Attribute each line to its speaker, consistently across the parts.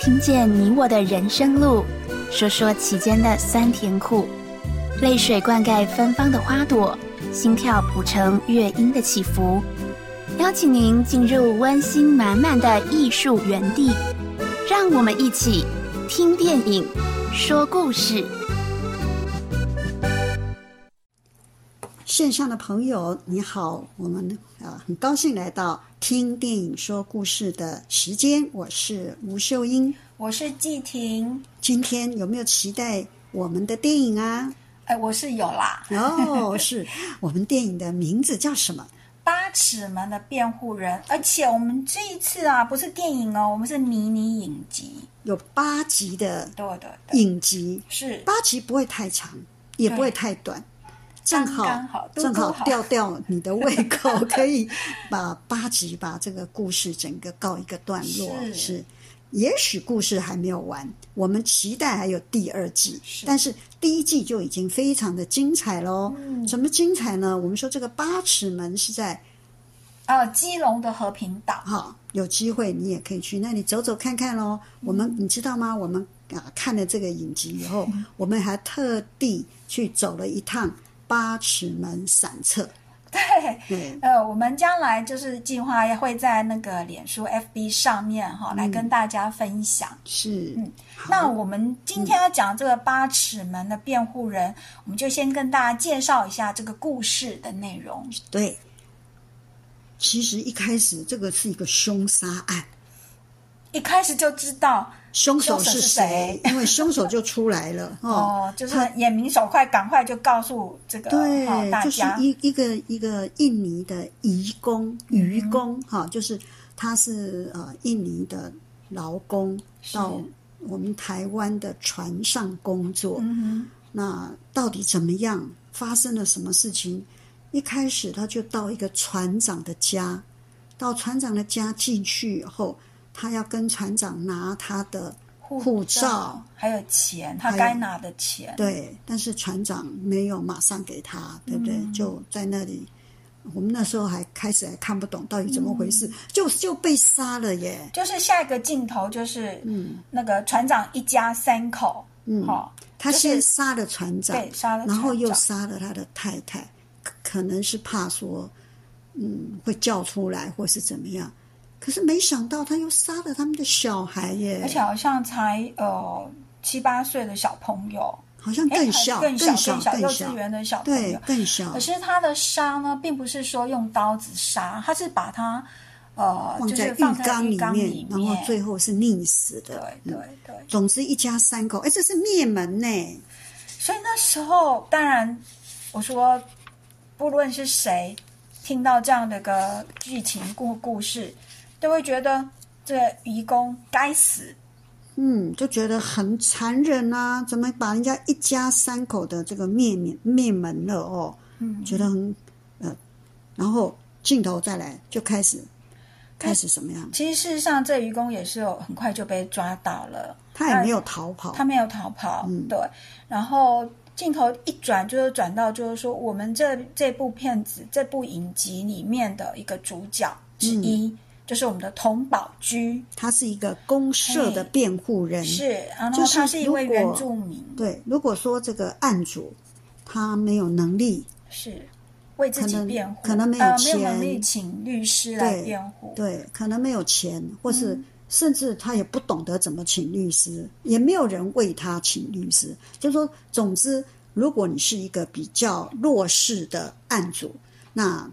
Speaker 1: 听见你我的人生路，说说其间的酸甜苦，泪水灌溉芬芳的花朵，心跳谱成乐音的起伏。邀请您进入温馨满满的艺术园地，让我们一起听电影，说故事。
Speaker 2: 线上的朋友，你好，我们啊很高兴来到听电影说故事的时间，我是吴秀英。
Speaker 3: 我是季婷，
Speaker 2: 今天有没有期待我们的电影啊？
Speaker 3: 哎，我是有啦，
Speaker 2: 哦，是我们电影的名字叫什么？
Speaker 3: 八尺门的辩护人，而且我们这一次啊，不是电影哦，我们是迷你影集，
Speaker 2: 有八集的
Speaker 3: 对对对，
Speaker 2: 影集，
Speaker 3: 是
Speaker 2: 八集不会太长，也不会太短，正好
Speaker 3: 刚刚好
Speaker 2: 正
Speaker 3: 嘟嘟
Speaker 2: 好
Speaker 3: 好
Speaker 2: 吊吊你的胃口，可以把八集把这个故事整个告一个段落。
Speaker 3: 是
Speaker 2: 也许故事还没有完，我们期待还有第二季，
Speaker 3: 是
Speaker 2: 但是第一季就已经非常的精彩喽。
Speaker 3: 嗯
Speaker 2: 什么精彩呢？我们说这个八尺门是在
Speaker 3: 呃，基隆的和平岛，
Speaker 2: 好，有机会你也可以去那里走走看看喽。我
Speaker 3: 嗯
Speaker 2: 们你知道吗？我们啊看了这个影集以后，我们还特地去走了一趟八尺门散策。
Speaker 3: 对。
Speaker 2: 对，
Speaker 3: 呃，我们将来就是计划也会在那个脸书 FB 上面哈、来跟大家分享。
Speaker 2: 是。
Speaker 3: 嗯
Speaker 2: 嗯好
Speaker 3: 那我们今天要讲这个八尺门的辩护人，我们就先跟大家介绍一下这个故事的内容。
Speaker 2: 对，其实一开始这个是一个凶杀案，
Speaker 3: 一开始就知道
Speaker 2: 凶手
Speaker 3: 凶手
Speaker 2: 是
Speaker 3: 是
Speaker 2: 谁
Speaker 3: 谁？
Speaker 2: 因为凶手就出来了
Speaker 3: 哦，就是
Speaker 2: 他
Speaker 3: 眼明手快，赶快就告诉这个
Speaker 2: 对
Speaker 3: 哈，大
Speaker 2: 就是
Speaker 3: 家。嗯
Speaker 2: 一一个一个印尼的移工渔工哈、就是他是呃印尼的劳工
Speaker 3: 是
Speaker 2: 到我们台湾的船上工作，
Speaker 3: 嗯
Speaker 2: 那到底怎么样？发生了什么事情？一开始他就到一个船长的家，到船长的家进去以后，他要跟船长拿他的
Speaker 3: 哼，
Speaker 2: 护照，
Speaker 3: 还有钱，他
Speaker 2: 还有
Speaker 3: 该拿的钱，
Speaker 2: 对，但是船长没有马上给他，对不对？
Speaker 3: 嗯
Speaker 2: 就在那里，我们那时候还开始还看不懂到底怎么回事，
Speaker 3: 嗯
Speaker 2: 就就被杀了耶。
Speaker 3: 就是下一个镜头就是
Speaker 2: 嗯，
Speaker 3: 那个船长一家三口，
Speaker 2: 嗯
Speaker 3: 好，
Speaker 2: 他
Speaker 3: 就是
Speaker 2: 先杀了船长，
Speaker 3: 对杀了
Speaker 2: 然后
Speaker 3: 船
Speaker 2: 又
Speaker 3: 长
Speaker 2: 杀了他的太太，可可能是怕说，嗯，会叫出来或是怎么样。可是没想到他又杀了他们的小孩耶，
Speaker 3: 而且好像才呃七八岁的小朋友，
Speaker 2: 好像
Speaker 3: 哎
Speaker 2: 更
Speaker 3: 还是
Speaker 2: 小、
Speaker 3: 更
Speaker 2: 更
Speaker 3: 小、
Speaker 2: 小、
Speaker 3: 幼
Speaker 2: 更
Speaker 3: 稚
Speaker 2: 小，
Speaker 3: 园的小朋
Speaker 2: 对
Speaker 3: 友，。
Speaker 2: 更小
Speaker 3: 可，是他的杀呢，并不是说用刀子杀，他是把他呃，
Speaker 2: 放
Speaker 3: 就
Speaker 2: 在
Speaker 3: 是
Speaker 2: 浴
Speaker 3: 放在
Speaker 2: 缸
Speaker 3: 浴缸
Speaker 2: 面
Speaker 3: 里，
Speaker 2: 然后最后是溺死
Speaker 3: 对
Speaker 2: 的。
Speaker 3: 对
Speaker 2: 嗯
Speaker 3: 对。
Speaker 2: 总之，一家三口，哎，这是灭门呢。
Speaker 3: 所以那时候，当然我说，不论是谁听到这样的一个剧情故故事，都会觉得这愚公该死。
Speaker 2: 嗯，就觉得很残忍啊！怎么把人家一家三口的这个灭门灭门了哦？
Speaker 3: 嗯，
Speaker 2: 觉得很呃，然后镜头再来就开始开始什么样？
Speaker 3: 其实事实上，这愚公也是有很快就被抓到了，
Speaker 2: 他也没有逃跑
Speaker 3: 他，没有逃跑。
Speaker 2: 哦嗯
Speaker 3: 对，然后。镜头一转，就是转到，就是说，我们这这部片子、这部影集里面的一个主角之一，
Speaker 2: 嗯
Speaker 3: 就是我们的童宝驹，
Speaker 2: 他是一个公社的辩护人。
Speaker 3: 哎是，然
Speaker 2: 嗯
Speaker 3: 后
Speaker 2: 就是
Speaker 3: 他是一位
Speaker 2: 如果
Speaker 3: 原住民，
Speaker 2: 对，如果说这个案主他没有能力，
Speaker 3: 是为自己辩护，
Speaker 2: 可能可能没有
Speaker 3: 呃、没有
Speaker 2: 钱
Speaker 3: 能力请律师来辩护，
Speaker 2: 对，可能没有钱，或是甚至他也不懂得怎么请律师，也没有人为他请律师。就说，总之，如果你是一个比较弱势的案主，那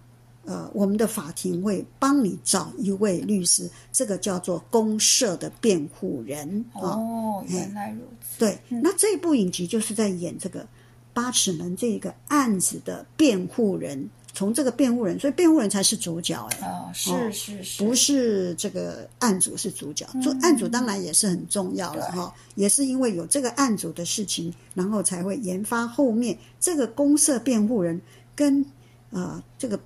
Speaker 2: 呃，我们的法庭会帮你找一位律师，这个叫做公社的辩护人啊。
Speaker 3: 哦，
Speaker 2: 嗯
Speaker 3: 原来如此，
Speaker 2: 对，那这部影集就是在演这个八尺门这个案子的辩护人，从这个辩护人，所以辩护人才是主角哎、
Speaker 3: 哦，
Speaker 2: 哦
Speaker 3: 是是是，嗯
Speaker 2: 不是这个案主是主角，主案主当然也是很重要了
Speaker 3: 对
Speaker 2: 哈，也是因为有这个案主的事情，然后才会研发后面这个公社辩护人跟呃这个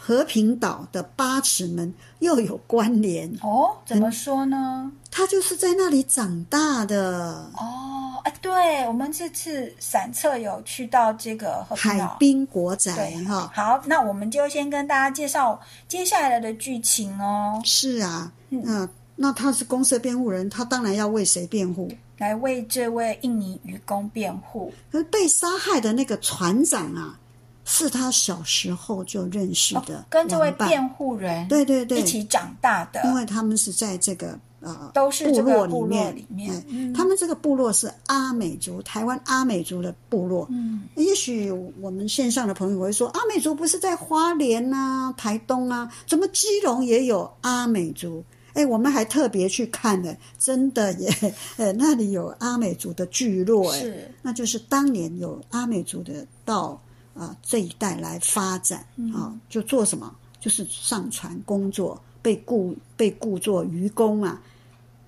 Speaker 2: 和平岛的八尺门又有关联，
Speaker 3: 哦，怎
Speaker 2: 嗯
Speaker 3: 么说呢？
Speaker 2: 他就是在那里长大的
Speaker 3: 哦，哎，对，我们这次散策有去到这个和平
Speaker 2: 海
Speaker 3: 岛。
Speaker 2: 滨国宅
Speaker 3: 啊对，啊
Speaker 2: 哈，
Speaker 3: 好，那我们就先跟大家介绍接下来的剧情哦。
Speaker 2: 是啊，嗯、那他是公社辩护人，他当然要为谁辩护？
Speaker 3: 来为这位印尼渔工辩护。
Speaker 2: 而被杀害的那个船长啊，是他小时候就认识的、
Speaker 3: 哦跟这位辩护人
Speaker 2: 对对对
Speaker 3: 一起长大的，
Speaker 2: 因为他们是在这个呃
Speaker 3: 都是这
Speaker 2: 落
Speaker 3: 个部落
Speaker 2: 面，
Speaker 3: 里面嗯
Speaker 2: 哎他们这个部落是阿美族，台湾阿美族的部落。
Speaker 3: 嗯，
Speaker 2: 也许我们线上的朋友会说，阿美族不是在花莲啊、台东啊，怎么基隆也有阿美族？哎，我们还特别去看了，真的 耶，呃，那里有阿美族的聚落，哎，
Speaker 3: 是
Speaker 2: 那就是当年有阿美族的到啊、这一带来发展
Speaker 3: 嗯
Speaker 2: 啊，就做什么？就是上船工作，被雇被雇做渔工啊。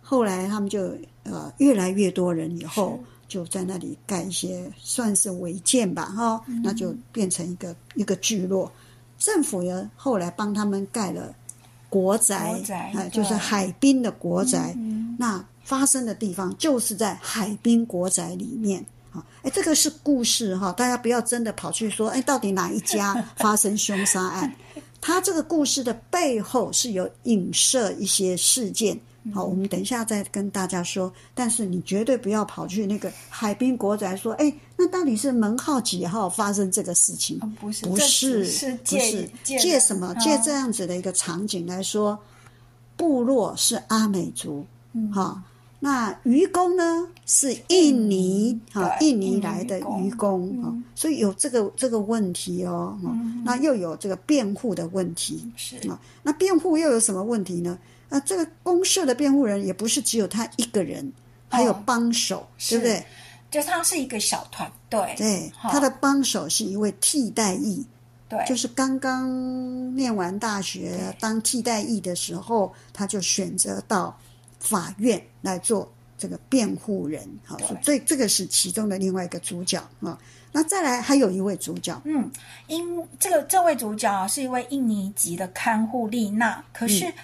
Speaker 2: 后来他们就呃越来越多人以后就在那里盖一些算是违建吧哈、
Speaker 3: 嗯
Speaker 2: 那就变成一个一个聚落。政府也后来帮他们盖了国宅，
Speaker 3: 国宅
Speaker 2: 呃
Speaker 3: 对
Speaker 2: 就是海滨的国宅。那发生的地方就是在海滨国宅里面。啊，哎，这个是故事哈，大家不要真的跑去说，哎，到底哪一家发生凶杀案？它这个故事的背后是有影射一些事件。好，我们等一下再跟大家说。但是你绝对不要跑去那个海滨国宅说，哎，那到底是门号几号发生这个事情？
Speaker 3: 哦不是
Speaker 2: 不
Speaker 3: 这
Speaker 2: 是，
Speaker 3: 只是
Speaker 2: 不
Speaker 3: 借
Speaker 2: 是
Speaker 3: 借
Speaker 2: 借
Speaker 3: 人
Speaker 2: 什么？
Speaker 3: 嗯
Speaker 2: 借这样子的一个场景来说，部落是阿美族，
Speaker 3: 嗯
Speaker 2: 哈、那愚公呢是印尼哈、
Speaker 3: 对
Speaker 2: 印尼来的
Speaker 3: 印尼
Speaker 2: 愚
Speaker 3: 渔
Speaker 2: 公
Speaker 3: 工
Speaker 2: 哈、
Speaker 3: 嗯
Speaker 2: 所以有这个这个问题哦，哈那又有这个辩护的问题
Speaker 3: 是
Speaker 2: 啊、那辩护又有什么问题呢？啊，这个公社的辩护人也不是只有他一个人，还有
Speaker 3: 哦
Speaker 2: 帮手，对不
Speaker 3: 是
Speaker 2: 对？
Speaker 3: 就是他是一个小团队，
Speaker 2: 对，
Speaker 3: 好
Speaker 2: 他的帮手是一位替代役，
Speaker 3: 对，
Speaker 2: 就是刚刚念完大学当替代役的时候，他就选择到法院来做这个辩护人，好，
Speaker 3: 对
Speaker 2: 所以这这个是其中的另外一个主角啊。那再来还有一位主角，
Speaker 3: 嗯，因这个这位主角啊是一位印尼籍的看护丽娜，可是
Speaker 2: 嗯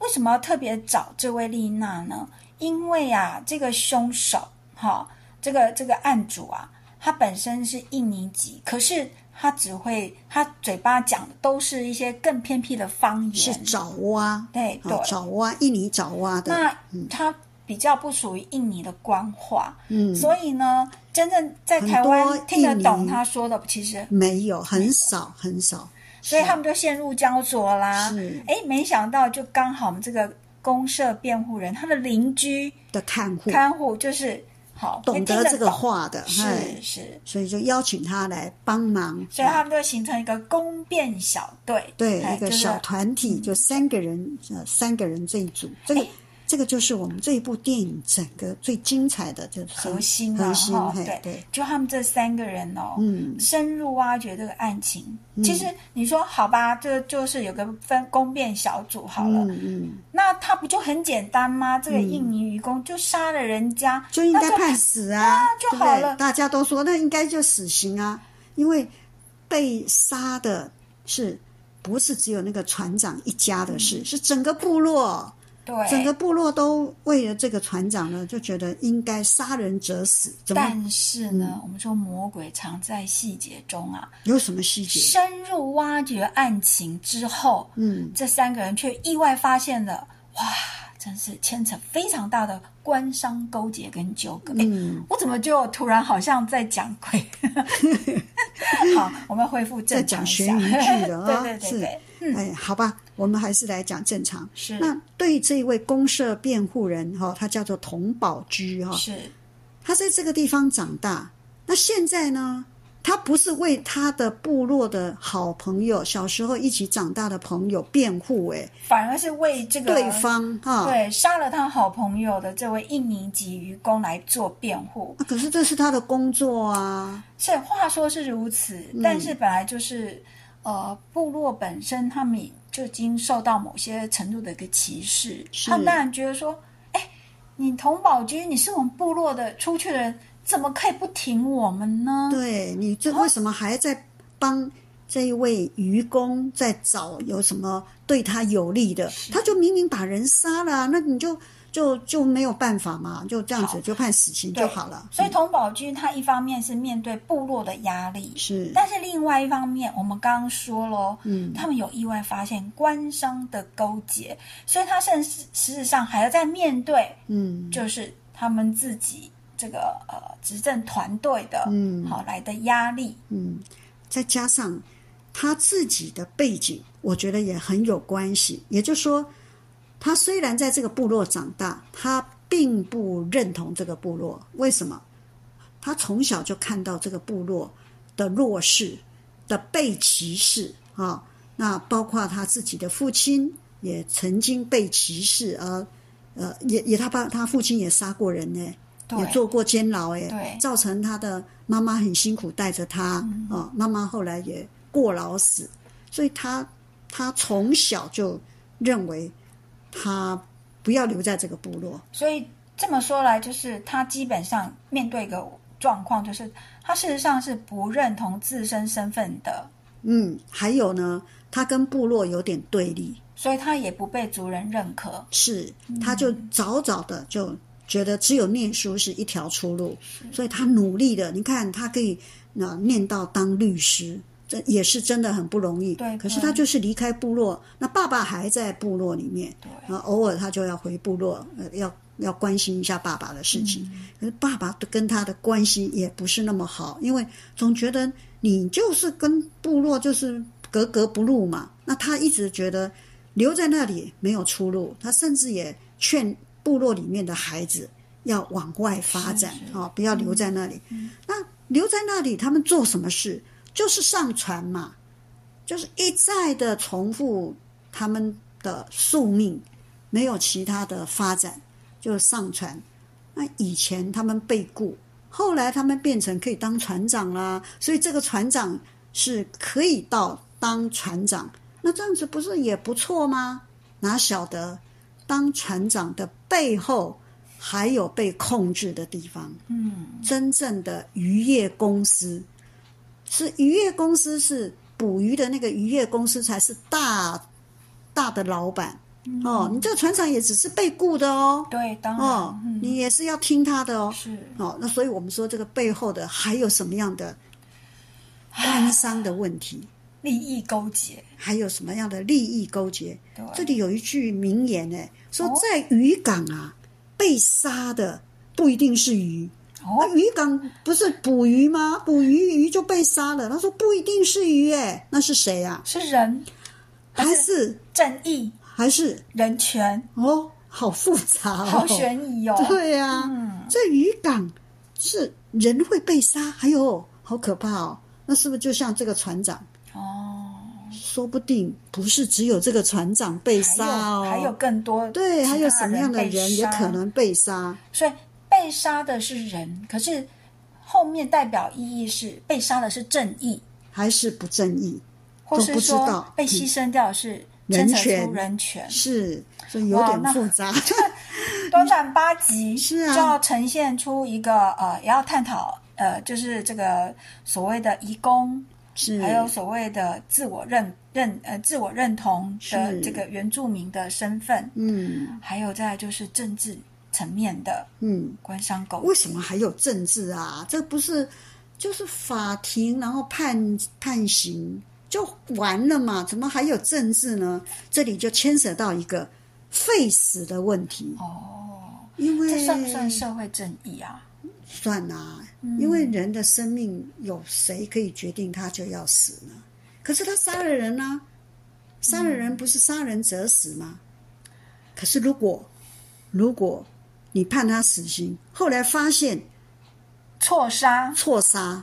Speaker 3: 为什么要特别找这位丽娜呢？因为啊，这个凶手哈、这个这个案主啊，他本身是印尼籍，可是他只会他嘴巴讲的都是一些更偏僻的方言，
Speaker 2: 是爪哇，
Speaker 3: 对
Speaker 2: 啊
Speaker 3: 对
Speaker 2: 爪哇，印尼爪哇的，
Speaker 3: 那他比较不属于印尼的官话，
Speaker 2: 嗯，
Speaker 3: 所以呢，真正在
Speaker 2: 很
Speaker 3: 台
Speaker 2: 多
Speaker 3: 湾听得
Speaker 2: 印
Speaker 3: 懂
Speaker 2: 尼
Speaker 3: 他说的，其实
Speaker 2: 没有，很少很少，
Speaker 3: 所以他们就陷入焦灼啦
Speaker 2: 是。
Speaker 3: 哎，没想到就刚好我们这个公社辩护人，他的邻居
Speaker 2: 的看护
Speaker 3: 看护就是好会
Speaker 2: 懂
Speaker 3: 听
Speaker 2: 得
Speaker 3: 得
Speaker 2: 这个
Speaker 3: 懂
Speaker 2: 话的，哎
Speaker 3: 是是，
Speaker 2: 所以就邀请他来帮忙，
Speaker 3: 所以他们就形成一个公辩小队，
Speaker 2: 对，
Speaker 3: 哎
Speaker 2: 一个
Speaker 3: 就是
Speaker 2: 小团体，就三个人，呃，三个人这一组，这个
Speaker 3: 哎
Speaker 2: 这个就是我们这一部电影整个最精彩的，就是
Speaker 3: 核心啊
Speaker 2: 核心
Speaker 3: 哈，，
Speaker 2: 嘿
Speaker 3: 对
Speaker 2: 对，
Speaker 3: 就他们这三个人哦，
Speaker 2: 嗯
Speaker 3: 深入挖掘这个案情。其实你说好吧，这就是有个分公辩小组好了，
Speaker 2: 嗯嗯，
Speaker 3: 那他不就很简单吗？这个印尼渔工就杀了人家，
Speaker 2: 就应
Speaker 3: 那
Speaker 2: 该判死啊，
Speaker 3: 就
Speaker 2: 对不对
Speaker 3: 好了
Speaker 2: 大家都说那应该就死刑啊，因为被杀的是不是只有那个船长一家的事，是整个部落。
Speaker 3: 嗯对
Speaker 2: 整个部落都为了这个船长呢，就觉得应该杀人者死，怎么嗯
Speaker 3: 但是呢，我们说魔鬼藏在细节中啊。
Speaker 2: 有什么细节？
Speaker 3: 深入挖掘案情之后，
Speaker 2: 嗯，
Speaker 3: 这三个人却意外发现了，哇，真是牵扯非常大的官商勾结跟纠葛。诶
Speaker 2: 嗯，
Speaker 3: 我怎么就突然好像在讲鬼？ 好，我们恢复
Speaker 2: 在
Speaker 3: 正常
Speaker 2: 讲
Speaker 3: 一
Speaker 2: 悬
Speaker 3: 下。
Speaker 2: 疑剧的啊、
Speaker 3: 对对对对，
Speaker 2: 是，哎，好吧，我们还是来讲正常。
Speaker 3: 是
Speaker 2: 那对这位公社辩护人哈、他叫做童宝驹哈、
Speaker 3: 是
Speaker 2: 他在这个地方长大。那现在呢，他不是为他的部落的好朋友，小时候一起长大的朋友辩护，哎，
Speaker 3: 反而是为这个
Speaker 2: 对方哈、
Speaker 3: 对杀了他好朋友的这位印尼籍渔工来做辩护。
Speaker 2: 啊可是这是他的工作啊，
Speaker 3: 是，话说是如此，
Speaker 2: 嗯
Speaker 3: 但是本来就是，呃，部落本身他们也就已经受到某些程度的一个歧视，
Speaker 2: 是
Speaker 3: 他们当然觉得说，哎，你童宝驹，你是我们部落的出去的人，怎么可以不挺我们呢？
Speaker 2: 对你这为什么还在帮这一位愚公在找有什么对他有利的？他就明明把人杀了啊，那你就就就没有办法嘛，就这样子就判死刑就好了。
Speaker 3: 所以童保军他一方面是面对部落的压力，
Speaker 2: 是，
Speaker 3: 但是另外一方面，我们刚刚说了，
Speaker 2: 嗯
Speaker 3: 他们有意外发现官商的勾结，所以他甚至事实上还要在面对，
Speaker 2: 嗯，
Speaker 3: 就是他们自己这个呃执政团队的，
Speaker 2: 嗯
Speaker 3: 好来的压力，
Speaker 2: 嗯，再加上他自己的背景，我觉得也很有关系。也就是说，他虽然在这个部落长大，他并不认同这个部落。为什么？他从小就看到这个部落的弱势、的被歧视啊。那包括他自己的父亲也曾经被歧视，而呃，也也他爸他父亲也杀过人呢、
Speaker 3: 对
Speaker 2: 也坐过监牢哎、
Speaker 3: 对嗯
Speaker 2: 造成他的妈妈很辛苦带着他啊、哦妈妈后来也过劳死，所以他他从小就认为他不要留在这个部落，
Speaker 3: 所以这么说来，就是他基本上面对一个状况，就是他事实上是不认同自身身份的，
Speaker 2: 嗯，还有呢，他跟部落有点对立，
Speaker 3: 所以他也不被族人认可。
Speaker 2: 是，
Speaker 3: 嗯
Speaker 2: 他就早早的就觉得只有念书是一条出路，所以他努力的，你看他可以那、呃念到当律师，这也是真的很不容易。
Speaker 3: 对
Speaker 2: 可是
Speaker 3: 对
Speaker 2: 他就是离开部落，那爸爸还在部落里面，然后偶尔他就要回部落，呃，要要关心一下爸爸的事情。可是爸爸跟他的关系也不是那么好，因为总觉得你就是跟部落就是格格不入嘛。那他一直觉得留在那里没有出路，他甚至也劝部落里面的孩子要往外发展
Speaker 3: 是是嗯
Speaker 2: 哦，不要留在那里。那留在那里，他们做什么事？就是上船嘛，就是一再的重复他们的宿命，没有其他的发展，就上船。那以前他们被雇，后来他们变成可以当船长啦，所以这个船长是可以到当船长，那这样子不是也不错吗？哪晓得当船长的背后还有被控制的地方。
Speaker 3: 嗯，
Speaker 2: 真正的渔业公司，是渔业公司是捕鱼的那个渔业公司才是大大的老板哦。你这个船长也只是被雇的哦，
Speaker 3: 对，嗯当然，
Speaker 2: 哦，
Speaker 3: 嗯、
Speaker 2: 你也是要听他的哦。
Speaker 3: 是
Speaker 2: 哦，那所以我们说这个背后的还有什么样的官商的问题，
Speaker 3: 利益勾结，
Speaker 2: 还有什么样的利益勾结？
Speaker 3: 对，
Speaker 2: 这里有一句名言呢，说
Speaker 3: 哦
Speaker 2: 在渔港啊、被杀的不一定是鱼。
Speaker 3: 哦
Speaker 2: 啊，渔港不是捕鱼吗？捕鱼鱼就被杀了。他说不一定是鱼、哎，那是谁呀、
Speaker 3: 是人
Speaker 2: 还是
Speaker 3: 正义
Speaker 2: 还是
Speaker 3: 人权，
Speaker 2: 哦，好复杂哦，
Speaker 3: 好悬疑哦， 嗯
Speaker 2: 对呀、这渔港是人会被杀，还有好可怕哦。那是不是就像这个船长？
Speaker 3: 哦，
Speaker 2: 说不定不是只有这个船长被杀哦，
Speaker 3: 还有还有更多
Speaker 2: 对，
Speaker 3: 其
Speaker 2: 还有
Speaker 3: 他
Speaker 2: 什么样的
Speaker 3: 被
Speaker 2: 人也
Speaker 3: 杀
Speaker 2: 可能被杀？
Speaker 3: 所以被杀的是人，可是后面代表意义是被杀的是正义，
Speaker 2: 还是不正义？
Speaker 3: 或
Speaker 2: 都
Speaker 3: 是
Speaker 2: 不知
Speaker 3: 说
Speaker 2: 道嗯
Speaker 3: 被牺牲掉的是
Speaker 2: 人
Speaker 3: 牵扯
Speaker 2: 权
Speaker 3: 出 人权。
Speaker 2: 是，所以有
Speaker 3: 哇
Speaker 2: 点
Speaker 3: 那
Speaker 2: 复杂。
Speaker 3: 短短八集
Speaker 2: 是啊
Speaker 3: 就要呈现出一个呃，也要探讨呃，就是这个所谓的移工。
Speaker 2: 是，
Speaker 3: 还有所谓的自我认认呃自我认同
Speaker 2: 是
Speaker 3: 的这个原住民的身份，
Speaker 2: 嗯
Speaker 3: 还有再来就是政治层面的
Speaker 2: 嗯。
Speaker 3: 官商勾结。
Speaker 2: 为什么还有政治啊？这不是就是法庭，然后判判刑就完了嘛？怎么还有政治呢？这里就牵扯到一个废死的问题，
Speaker 3: 哦，
Speaker 2: 因为
Speaker 3: 这算不算社会正义啊？嗯
Speaker 2: 算啊，因为人的生命有谁可以决定他就要死呢？可是他杀了人呢、啊杀了人不是杀人者死吗？可是如果如果你判他死刑，后来发现
Speaker 3: 错杀
Speaker 2: 错杀，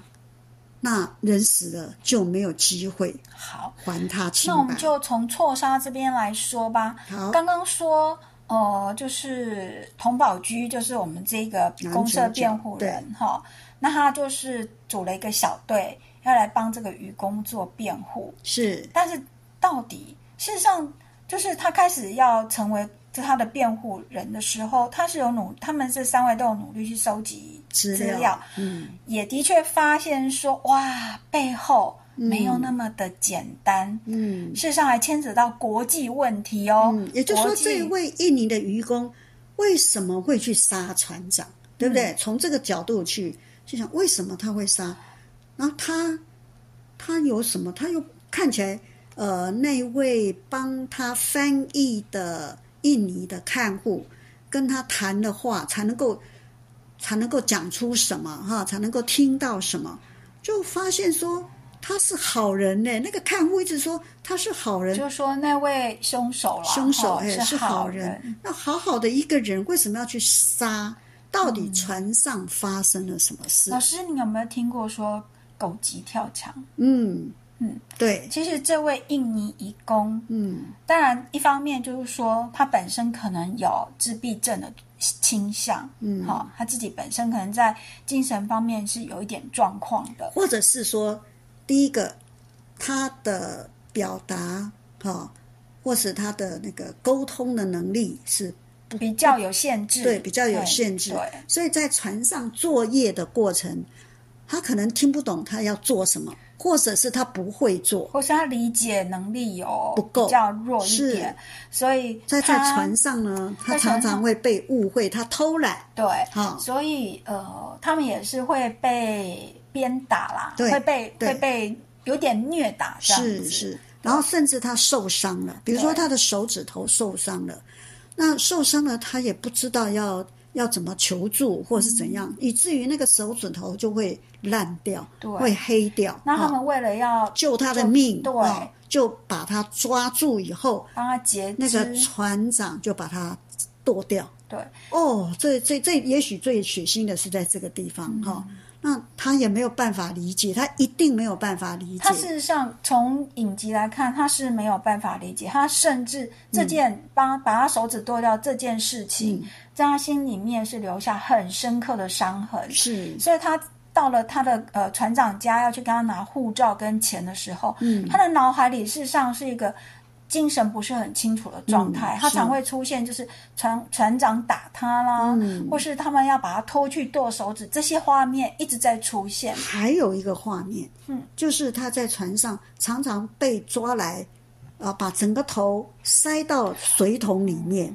Speaker 2: 那人死了就没有机会
Speaker 3: 好，
Speaker 2: 还他清
Speaker 3: 那我们
Speaker 2: 白。
Speaker 3: 就从错杀这边来说吧
Speaker 2: 好。
Speaker 3: 刚刚说，呃，就是童宝驹，就是我们这个公社辩护人哈，那他就是组了一个小队，要来帮这个愚公做辩护。
Speaker 2: 是
Speaker 3: 但是到底，事实上，就是他开始要成为就他的辩护人的时候，他是有努，他们这三位都有努力去收集
Speaker 2: 资
Speaker 3: 料，
Speaker 2: 嗯，
Speaker 3: 也的确发现说，哇，背后没有那么的简单。
Speaker 2: 嗯
Speaker 3: 事实上还牵扯到国际问题哦。
Speaker 2: 嗯，也就是说，
Speaker 3: 国际
Speaker 2: 这位印尼的渔工为什么会去杀船长，对不
Speaker 3: 嗯
Speaker 2: 对？从这个角度去去想，为什么他会杀？然后他他有什么？他又看起来，呃，那位帮他翻译的印尼的看护跟他谈的话，才能够才能够讲出什么哈，才能够听到什么，就发现说他是好人呢、那个看护一直说他是好人，
Speaker 3: 就说那位凶手啦，
Speaker 2: 凶手
Speaker 3: 哦
Speaker 2: 哎
Speaker 3: 是
Speaker 2: 是
Speaker 3: 好
Speaker 2: 好人，那好好的一个人为什么要去杀？到底
Speaker 3: 嗯
Speaker 2: 船上发生了什么事
Speaker 3: 老？师，你有没有听过说狗急跳墙？
Speaker 2: 嗯
Speaker 3: 嗯，
Speaker 2: 对，
Speaker 3: 其实这位印尼移工，
Speaker 2: 嗯
Speaker 3: 当然一方面就是说他本身可能有自闭症的倾向，
Speaker 2: 嗯
Speaker 3: 好、他自己本身可能在精神方面是有一点状况的，
Speaker 2: 或者是说，第一个他的表达哈、哦或是他的那个沟通的能力是
Speaker 3: 比较有限
Speaker 2: 嗯
Speaker 3: 制，
Speaker 2: 对比较有限制
Speaker 3: 嗯对，
Speaker 2: 所以在船上作业的过程，他可能听不懂他要做什么，或者是他不会做，
Speaker 3: 或是他理解能力有
Speaker 2: 不够
Speaker 3: 比较弱一
Speaker 2: 是
Speaker 3: 点，所以
Speaker 2: 在在
Speaker 3: 他
Speaker 2: 船上呢，他
Speaker 3: 在船
Speaker 2: 常常
Speaker 3: 上
Speaker 2: 会被误会，他偷懒。
Speaker 3: 对，
Speaker 2: 好
Speaker 3: 所以呃，他们也是会被鞭打啦，
Speaker 2: 对
Speaker 3: 会被
Speaker 2: 对
Speaker 3: 会被有点虐打这样子，
Speaker 2: 是是，然后甚至他受伤了，比如说
Speaker 3: 对
Speaker 2: 他的手指头受伤了，那受伤了他也不知道要要怎么求助或是怎样，以至于那个手指头就会烂掉，
Speaker 3: 嗯对
Speaker 2: 会黑掉。
Speaker 3: 那他
Speaker 2: 啊
Speaker 3: 们为了要
Speaker 2: 救他的
Speaker 3: 就
Speaker 2: 命，
Speaker 3: 对，
Speaker 2: 啊就把他抓住以后，
Speaker 3: 帮他截
Speaker 2: 那个
Speaker 3: 肢，
Speaker 2: 船长就把他剁掉。
Speaker 3: 对，
Speaker 2: 哦，这这这，也许最血腥的是在这个地方
Speaker 3: 嗯
Speaker 2: 哈、那他也没有办法理解，他一定没有办法理解。
Speaker 3: 他事实上从影集来看，他是没有办法理解，他甚
Speaker 2: 嗯
Speaker 3: 至这件帮、把他手指剁掉这件事
Speaker 2: 嗯
Speaker 3: 情，在他心里面是留下很深刻的伤痕，
Speaker 2: 是
Speaker 3: 所以他到了他的呃船长家要去跟他拿护照跟钱的时候，
Speaker 2: 嗯
Speaker 3: 他的脑海里事实上是一个精神不是很清楚的状态，
Speaker 2: 嗯
Speaker 3: 他
Speaker 2: 是
Speaker 3: 常会出现就是船船长打他啦，
Speaker 2: 嗯
Speaker 3: 或是他们要把他拖去剁手指，这些画面一直在出现。
Speaker 2: 还有一个画面，
Speaker 3: 嗯，
Speaker 2: 就是他在船上常常被抓来，啊，把整个头塞到水桶里面，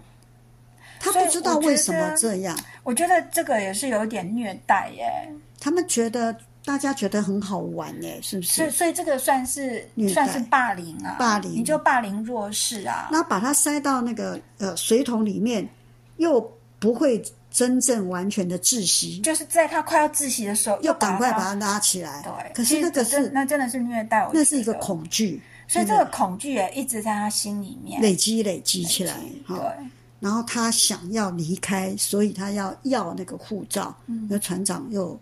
Speaker 2: 他
Speaker 3: 所以
Speaker 2: 不知道
Speaker 3: 我觉
Speaker 2: 为什么
Speaker 3: 得
Speaker 2: 这样，
Speaker 3: 我觉得这个也是有点虐待耶，
Speaker 2: 他们觉得大家觉得很好玩哎，是不
Speaker 3: 所
Speaker 2: 是？
Speaker 3: 以所以这个算是
Speaker 2: 虐待
Speaker 3: 算是霸凌啊，
Speaker 2: 霸凌
Speaker 3: 你就霸凌弱势啊，
Speaker 2: 那把它塞到那个呃水桶里面，又不会真正完全的窒息，
Speaker 3: 就是在他快要窒息的时候，
Speaker 2: 又
Speaker 3: 把
Speaker 2: 赶快把
Speaker 3: 他
Speaker 2: 它拉起来。
Speaker 3: 对，
Speaker 2: 可
Speaker 3: 其
Speaker 2: 是
Speaker 3: 实
Speaker 2: 那个
Speaker 3: 真
Speaker 2: 是
Speaker 3: 那真的是虐待，我
Speaker 2: 那是一
Speaker 3: 觉
Speaker 2: 个
Speaker 3: 得，
Speaker 2: 恐惧，
Speaker 3: 所以这
Speaker 2: 真
Speaker 3: 个
Speaker 2: 的
Speaker 3: 恐惧也一直在他心里面
Speaker 2: 累积累积起来哈。
Speaker 3: 对，
Speaker 2: 然后他想要离开，所以他要要那个护照。那船长又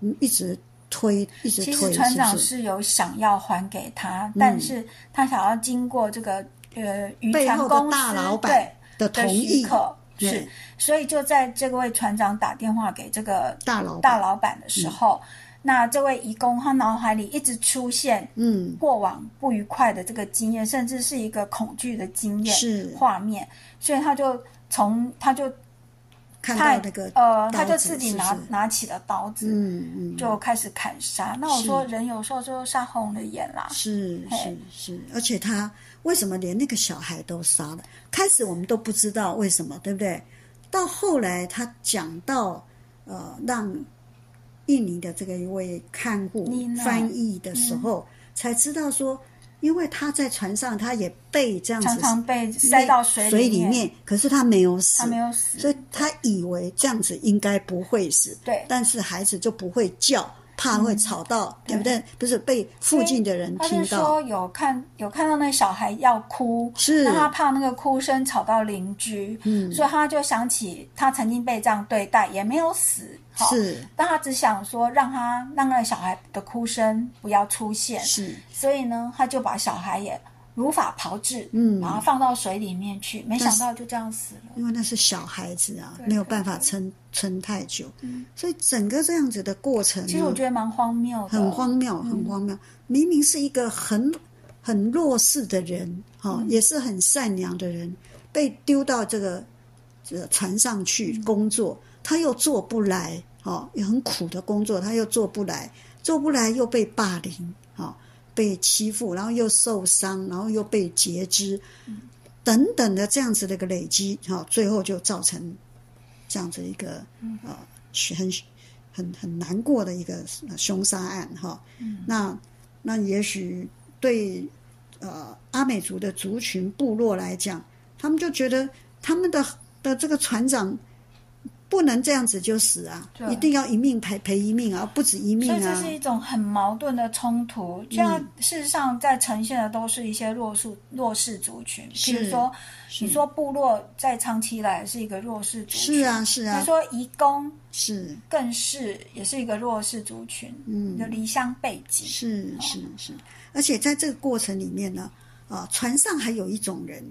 Speaker 2: 嗯一直推，一直
Speaker 3: 其
Speaker 2: 推，
Speaker 3: 实船
Speaker 2: 是嗯
Speaker 3: 长
Speaker 2: 不是？
Speaker 3: 是有想要还给他，但是他想要经过这个呃渔
Speaker 2: 背
Speaker 3: 船
Speaker 2: 后
Speaker 3: 公
Speaker 2: 的
Speaker 3: 司
Speaker 2: 大老板
Speaker 3: 对
Speaker 2: 的
Speaker 3: 的
Speaker 2: 同
Speaker 3: 许
Speaker 2: 意，
Speaker 3: 可。
Speaker 2: 对
Speaker 3: 是，所以就在这位船长打电话给这个
Speaker 2: 大老板
Speaker 3: 大老板的
Speaker 2: 嗯
Speaker 3: 时候，那这位义工他脑海里一直出现
Speaker 2: 嗯，
Speaker 3: 过往不愉快的这个经验，甚至是一个恐惧的经验
Speaker 2: 是
Speaker 3: 画面，所以他就从他就
Speaker 2: 看
Speaker 3: 他
Speaker 2: 到那个
Speaker 3: 呃，他就
Speaker 2: 刀子
Speaker 3: 自己
Speaker 2: 是不
Speaker 3: 拿
Speaker 2: 是
Speaker 3: 拿起了刀子，
Speaker 2: 嗯嗯，
Speaker 3: 就开始砍杀。那我
Speaker 2: 是
Speaker 3: 说人有时候就杀红了眼啦，
Speaker 2: 是
Speaker 3: 啊嘿
Speaker 2: 是是，而且他为什么连那个小孩都杀了？开始我们都不知道为什么，对不对？到后来他讲到呃，让印尼的这个一位看护
Speaker 3: 妮娜嗯
Speaker 2: 翻译的时候，才知道说，因为他在船上，他也被这样子
Speaker 3: 常常被塞到水
Speaker 2: 水
Speaker 3: 里
Speaker 2: 里，面，可是他没有死，
Speaker 3: 他没有死，
Speaker 2: 所以他以为这样子应该不会死，
Speaker 3: 对
Speaker 2: 但是孩子就不会叫，怕会吵到，对不对？不是被附近的人
Speaker 3: 他是
Speaker 2: 听
Speaker 3: 说
Speaker 2: 到，
Speaker 3: 有看有看到那小孩要哭，
Speaker 2: 是
Speaker 3: 那他怕那个哭声吵到邻居，嗯，所以他就想起他曾经被这样对待，也没有死，哈
Speaker 2: 是
Speaker 3: 但他只想说让他让那个小孩的哭声不要出现，
Speaker 2: 是
Speaker 3: 所以呢，他就把小孩也如法炮制，
Speaker 2: 嗯
Speaker 3: 把他放到水里面去，没
Speaker 2: 但
Speaker 3: 想
Speaker 2: 是
Speaker 3: 到就这样死了。
Speaker 2: 因为那是小孩子啊，
Speaker 3: 对嗯
Speaker 2: 没有办法撑撑太久，所以整个这样子的过程呢，
Speaker 3: 其实我觉得蛮荒谬的，
Speaker 2: 很荒谬，啊很荒谬。明明是一个很很弱势的人，哦，也是很善良的人，被丢到这个这个船上去工作，他又做不来，哦，也很苦的工作，他又做不来，做不来又被霸凌，哦，被欺负，然后又受伤，然后又被截肢。等等的这样子的一个累积，哈、最后就造成这样子一个呃是很很很难过的一个呃凶杀案哈、
Speaker 3: 嗯
Speaker 2: 那那也许对呃阿美族的族群部落来讲，他们就觉得他们的的这个船长不能这样子就死啊
Speaker 3: 对，
Speaker 2: 一定要一命赔赔一命啊，不止一命
Speaker 3: 所以这
Speaker 2: 啊
Speaker 3: 是。一种很矛盾的冲突。
Speaker 2: 嗯
Speaker 3: 这样事实上在呈现的都是一些弱势弱势族群，比
Speaker 2: 是
Speaker 3: 如说
Speaker 2: 是
Speaker 3: 你说部落在长期以来是一个弱势族群，
Speaker 2: 是啊，是
Speaker 3: 他
Speaker 2: 啊，
Speaker 3: 说移工
Speaker 2: 是
Speaker 3: 更是也是一个弱势族群，
Speaker 2: 嗯
Speaker 3: 就离乡背景，
Speaker 2: 是是是，而且在这个过程里面呢，啊，船上还有一种人，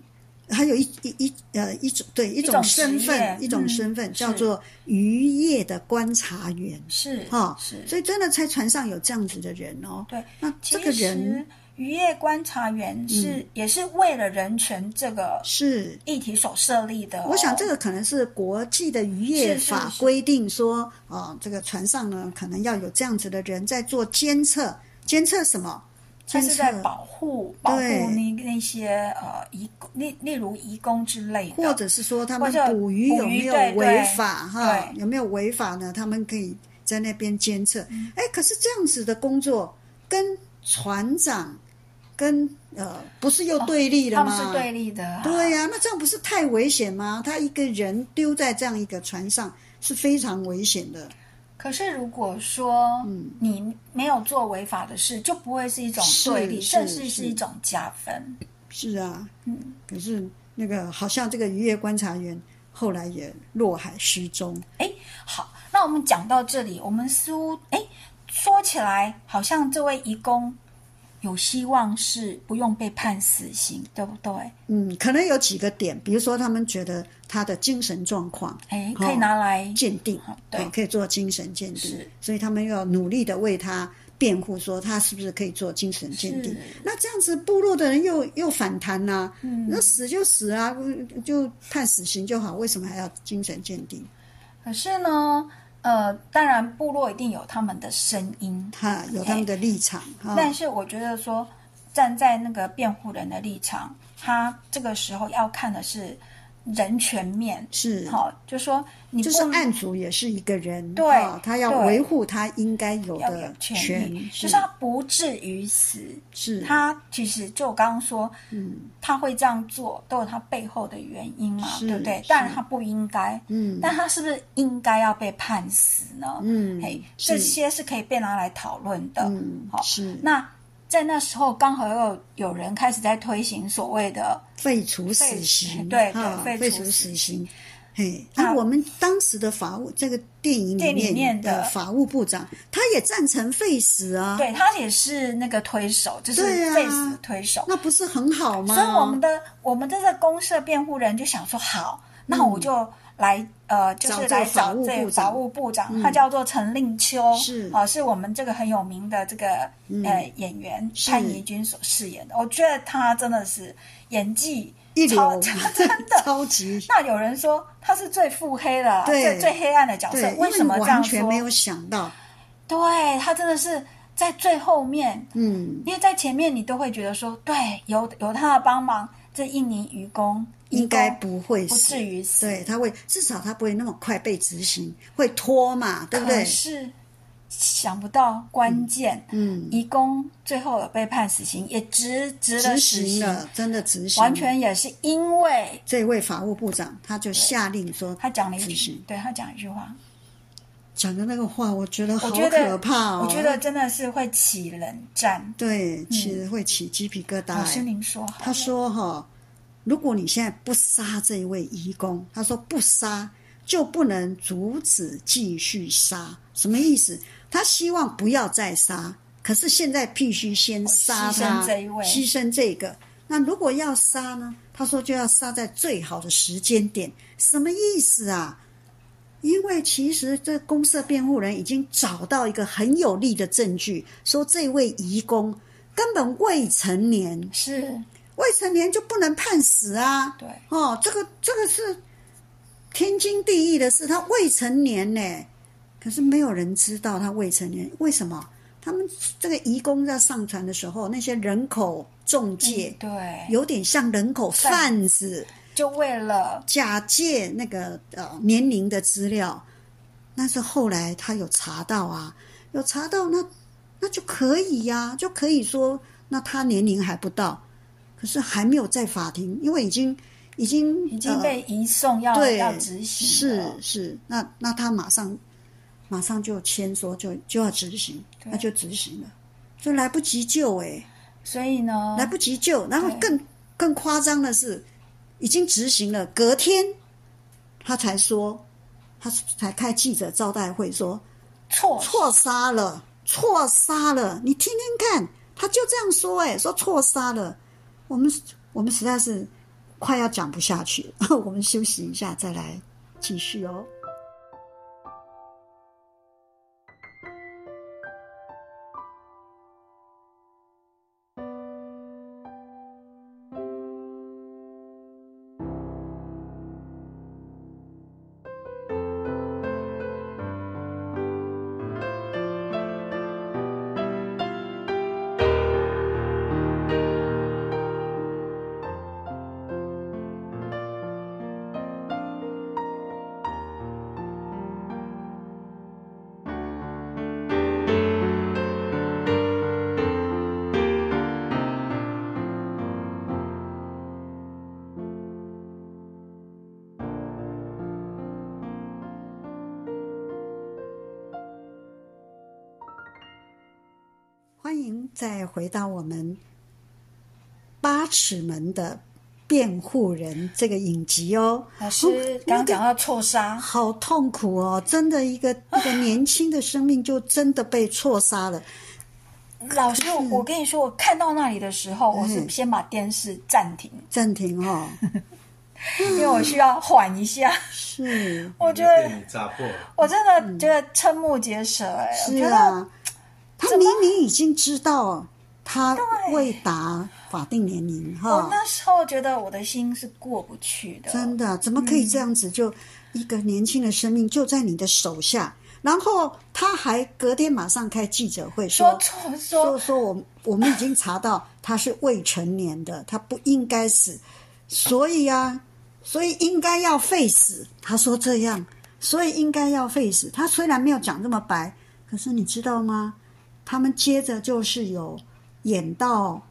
Speaker 2: 还有一一一呃一种对一
Speaker 3: 种
Speaker 2: 种
Speaker 3: 职
Speaker 2: 身份，
Speaker 3: 业
Speaker 2: 一种
Speaker 3: 嗯
Speaker 2: 身份、叫
Speaker 3: 是
Speaker 2: 做渔业的观察员。
Speaker 3: 是
Speaker 2: 哦
Speaker 3: 是，
Speaker 2: 所以真的在船上有这样子的人哦，
Speaker 3: 对。
Speaker 2: 那这
Speaker 3: 其
Speaker 2: 个人嗯
Speaker 3: 实渔业观察员是、也是为了人权这个
Speaker 2: 是
Speaker 3: 议题所设立的哦、
Speaker 2: 我想这个可能是国际的渔业
Speaker 3: 是是
Speaker 2: 法
Speaker 3: 是
Speaker 2: 规定说，啊，这个船上呢可能要有这样子的人在做监测，监测什么？
Speaker 3: 它
Speaker 2: 监
Speaker 3: 是在
Speaker 2: 测
Speaker 3: 保护保护那那些呃移工，例例如移工之类的，
Speaker 2: 或者是说他们
Speaker 3: 或者
Speaker 2: 捕鱼有没有
Speaker 3: 捕鱼对
Speaker 2: 违法哈？
Speaker 3: 对
Speaker 2: 有没有违法呢？他们可以在那边监测。
Speaker 3: 嗯
Speaker 2: 哎，可是这样子的工作跟船长跟呃不是又对立了
Speaker 3: 哦他
Speaker 2: 吗？
Speaker 3: 们是对立的、啊，
Speaker 2: 对呀、那这样不是太危险吗？他一个人丢在这样一个船上是非常危险的。
Speaker 3: 可是如果说你没有做违法的事，就不会是一种对立，
Speaker 2: 嗯是
Speaker 3: 甚
Speaker 2: 是
Speaker 3: 至
Speaker 2: 是
Speaker 3: 是一种加分。
Speaker 2: 是啊，
Speaker 3: 嗯，
Speaker 2: 可是那个好像这个渔业观察员后来也落海失踪。
Speaker 3: 好，那我们讲到这里，我们似乎哎，说起来好像这位移工有希望是不用被判死刑，对不对？
Speaker 2: 嗯，可能有几个点，比如说他们觉得他的精神状况
Speaker 3: 哎，
Speaker 2: 哦
Speaker 3: 可以拿来、
Speaker 2: 鉴定，
Speaker 3: 对
Speaker 2: 哦可以做精神鉴定
Speaker 3: 是，
Speaker 2: 所以他们要努力的为他辩护，说他是不是可以做精神鉴定
Speaker 3: 是。
Speaker 2: 那这样子，部落的人又又反弹呐、
Speaker 3: 嗯
Speaker 2: 那死就死啊，就判死刑就好，为什么还要精神鉴定？
Speaker 3: 可是呢，呃，当然部落一定有他们的声音，
Speaker 2: 他有他们的立场哈、
Speaker 3: 但是我觉得说，站在那个辩护人的立场，他这个时候要看的是人权面，
Speaker 2: 是，
Speaker 3: 好、就说你不
Speaker 2: 就是案主也是一个人，
Speaker 3: 对
Speaker 2: 哦他要
Speaker 3: 对
Speaker 2: 维护他应该有
Speaker 3: 要有
Speaker 2: 的
Speaker 3: 权利，
Speaker 2: 是
Speaker 3: 就是他不至于死。
Speaker 2: 是
Speaker 3: 他其实就我刚刚说，
Speaker 2: 嗯
Speaker 3: 他会这样做都有他背后的原因嘛，
Speaker 2: 是
Speaker 3: 对不对
Speaker 2: 是？
Speaker 3: 但他不应该，
Speaker 2: 嗯
Speaker 3: 但他是不是应该要被判死呢？
Speaker 2: 嗯
Speaker 3: 嘿，
Speaker 2: 是
Speaker 3: 这些是可以被拿来讨论的。
Speaker 2: 嗯
Speaker 3: 好，
Speaker 2: 是
Speaker 3: 那在那时候刚好又有有人开始在推行所谓的
Speaker 2: 废除死刑，
Speaker 3: 对对
Speaker 2: 啊
Speaker 3: 废除
Speaker 2: 废除死
Speaker 3: 死
Speaker 2: 刑。嘿，
Speaker 3: 那
Speaker 2: 那、我们当时的法务，这个电影里
Speaker 3: 电影里
Speaker 2: 面
Speaker 3: 面的
Speaker 2: 的法务部长，他也赞成废死啊，
Speaker 3: 对他也是那个推手，就是
Speaker 2: 对啊
Speaker 3: face 的推手。
Speaker 2: 那不是很好吗？
Speaker 3: 所以我们的我们这个公社辩护人就想说，好，那我就来、呃，
Speaker 2: 嗯
Speaker 3: 就
Speaker 2: 找
Speaker 3: 是
Speaker 2: 这个
Speaker 3: 来
Speaker 2: 法
Speaker 3: 找
Speaker 2: 务
Speaker 3: 这
Speaker 2: 部
Speaker 3: 个
Speaker 2: 长嗯
Speaker 3: 法务部长，他叫做陈令秋，
Speaker 2: 是嗯
Speaker 3: 啊、是我们这个很有名的这个、呃演员
Speaker 2: 是
Speaker 3: 潘怡君所饰演的。我觉得他真的是演技
Speaker 2: 一
Speaker 3: 超
Speaker 2: 流
Speaker 3: 真的。
Speaker 2: 超级
Speaker 3: 那有人说他是最腹黑的啊，
Speaker 2: 对
Speaker 3: 最最黑暗的角色
Speaker 2: 对，，
Speaker 3: 为什么
Speaker 2: 因
Speaker 3: 这
Speaker 2: 完
Speaker 3: 样
Speaker 2: 全
Speaker 3: 说
Speaker 2: 没？有想到，
Speaker 3: 对他真的是在最后面，
Speaker 2: 嗯，
Speaker 3: 因为在前面你都会觉得说，对，有有他的帮忙，这印尼愚公
Speaker 2: 应该
Speaker 3: 移工
Speaker 2: 不会
Speaker 3: 不
Speaker 2: 死
Speaker 3: 至。于死，
Speaker 2: 对，他会至少他不会那么快被执行，会拖嘛，对不
Speaker 3: 可
Speaker 2: 对？
Speaker 3: 是想不到关键，
Speaker 2: 嗯，
Speaker 3: 移工最后有被判死刑，也执执了
Speaker 2: 执
Speaker 3: 死
Speaker 2: 行
Speaker 3: 刑，
Speaker 2: 了，真的执行了。
Speaker 3: 完全也是因为
Speaker 2: 这位法务部长他就下令说，
Speaker 3: 他讲了一
Speaker 2: 执
Speaker 3: 句
Speaker 2: 行，
Speaker 3: 对他讲一句话，
Speaker 2: 讲的那个话，我觉得好
Speaker 3: 我觉得
Speaker 2: 可怕哦！
Speaker 3: 我觉得嗯真的是会起冷战。
Speaker 2: 对，其实会起鸡皮疙瘩
Speaker 3: 老师，
Speaker 2: 欸。
Speaker 3: 您说好
Speaker 2: 他
Speaker 3: 了，
Speaker 2: 说：“哈，如果你现在不杀这一位义工，他说不杀就不能阻止继续杀，什么意思？他希望不要再杀，可是现在必须先杀
Speaker 3: 哦牺牲
Speaker 2: 他，
Speaker 3: 这一位
Speaker 2: 牺牲这个。那如果要杀呢？他说就要杀在最好的时间点，什么意思啊？”因为其实这公社辩护人已经找到一个很有力的证据，说这位移工根本未成年，
Speaker 3: 是
Speaker 2: 未成年就不能判死啊！
Speaker 3: 对
Speaker 2: 哦，这个这个是天经地义的事，他未成年呢，可是没有人知道他未成年，为什么？他们这个移工在上船的时候，那些人口中介、
Speaker 3: 嗯对，
Speaker 2: 有点像人口贩子，
Speaker 3: 就为了
Speaker 2: 假借那个呃年龄的资料。但是后来他有查到啊，有查到那那就可以呀、就可以说那他年龄还不到，可是还没有在法庭，因为已经已经
Speaker 3: 已经
Speaker 2: 呃
Speaker 3: 被移送要、
Speaker 2: 对，
Speaker 3: 要执行
Speaker 2: 是
Speaker 3: 了，
Speaker 2: 是，那那他马上马上就签说就就要执行，
Speaker 3: 对
Speaker 2: 那就执行了，就来不及救哎、
Speaker 3: 所以呢，
Speaker 2: 来不及救。然后
Speaker 3: 哦对
Speaker 2: 更更夸张的是，已经执行了，隔天他才说，他才开记者招待会说
Speaker 3: 错
Speaker 2: 错杀了，错杀了，你听听看，他就这样说哎、说错杀了，我们我们实在是快要讲不下去了， 我们休息一下再来继续哦。欢迎再回到我们《八尺门的辩护人》这个影集哦。
Speaker 3: 老师刚刚讲到错杀，
Speaker 2: 好痛苦哦！真的， 一个一个年轻的生命就真的被错杀了。
Speaker 3: 老师，我我跟你说，我看到那里的时候，我是
Speaker 2: 嗯
Speaker 3: 先把电视暂停，
Speaker 2: 暂停 哦，
Speaker 3: 因为我需要缓一下。
Speaker 2: 嗯是
Speaker 3: 我觉
Speaker 4: 被
Speaker 2: 嗯
Speaker 3: 得，
Speaker 4: 你炸破了，
Speaker 3: 我真的觉得瞠目结舌哎、我
Speaker 2: 是
Speaker 3: 觉得
Speaker 2: 啊，他明明已经知道哦他未达法定年龄
Speaker 3: 我
Speaker 2: 哈，
Speaker 3: 那时候觉得我的心是过不去的，
Speaker 2: 真的怎么可以这样子？就一个年轻的生命就在你的手下，然后他还隔天马上开记者会
Speaker 3: 说错
Speaker 2: 说
Speaker 3: 说
Speaker 2: 说我们我们已经查到他是未成年的，他不应该死，所以啊，所以应该要废死。他说这样，所以应该要废死。他虽然没有讲这么白，可是你知道吗？他们接着就是有演到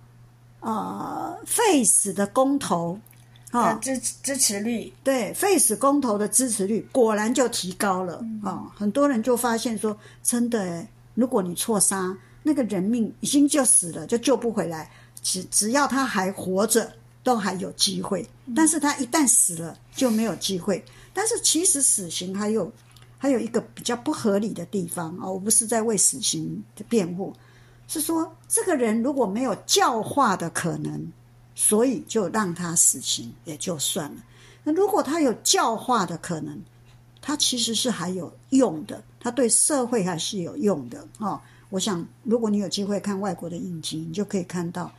Speaker 2: 呃废死的公投啊
Speaker 3: 的，支支持率，
Speaker 2: 对 Face 公投的支持率果然就提高了啊、哦很多人就发现说，真的诶，如果你错杀，那个人命已经就死了，就救不回来。只只要他还活着，都还有机会。但是他一旦死了，就没有机会。但是其实死刑还有还有一个比较不合理的地方啊、哦，我不是在为死刑的辩护，是说这个人如果没有教化的可能，所以就让他死刑也就算了。那如果他有教化的可能，他其实是还有用的，他对社会还是有用的哦。我想，如果你有机会看外国的影集，你就可以看到，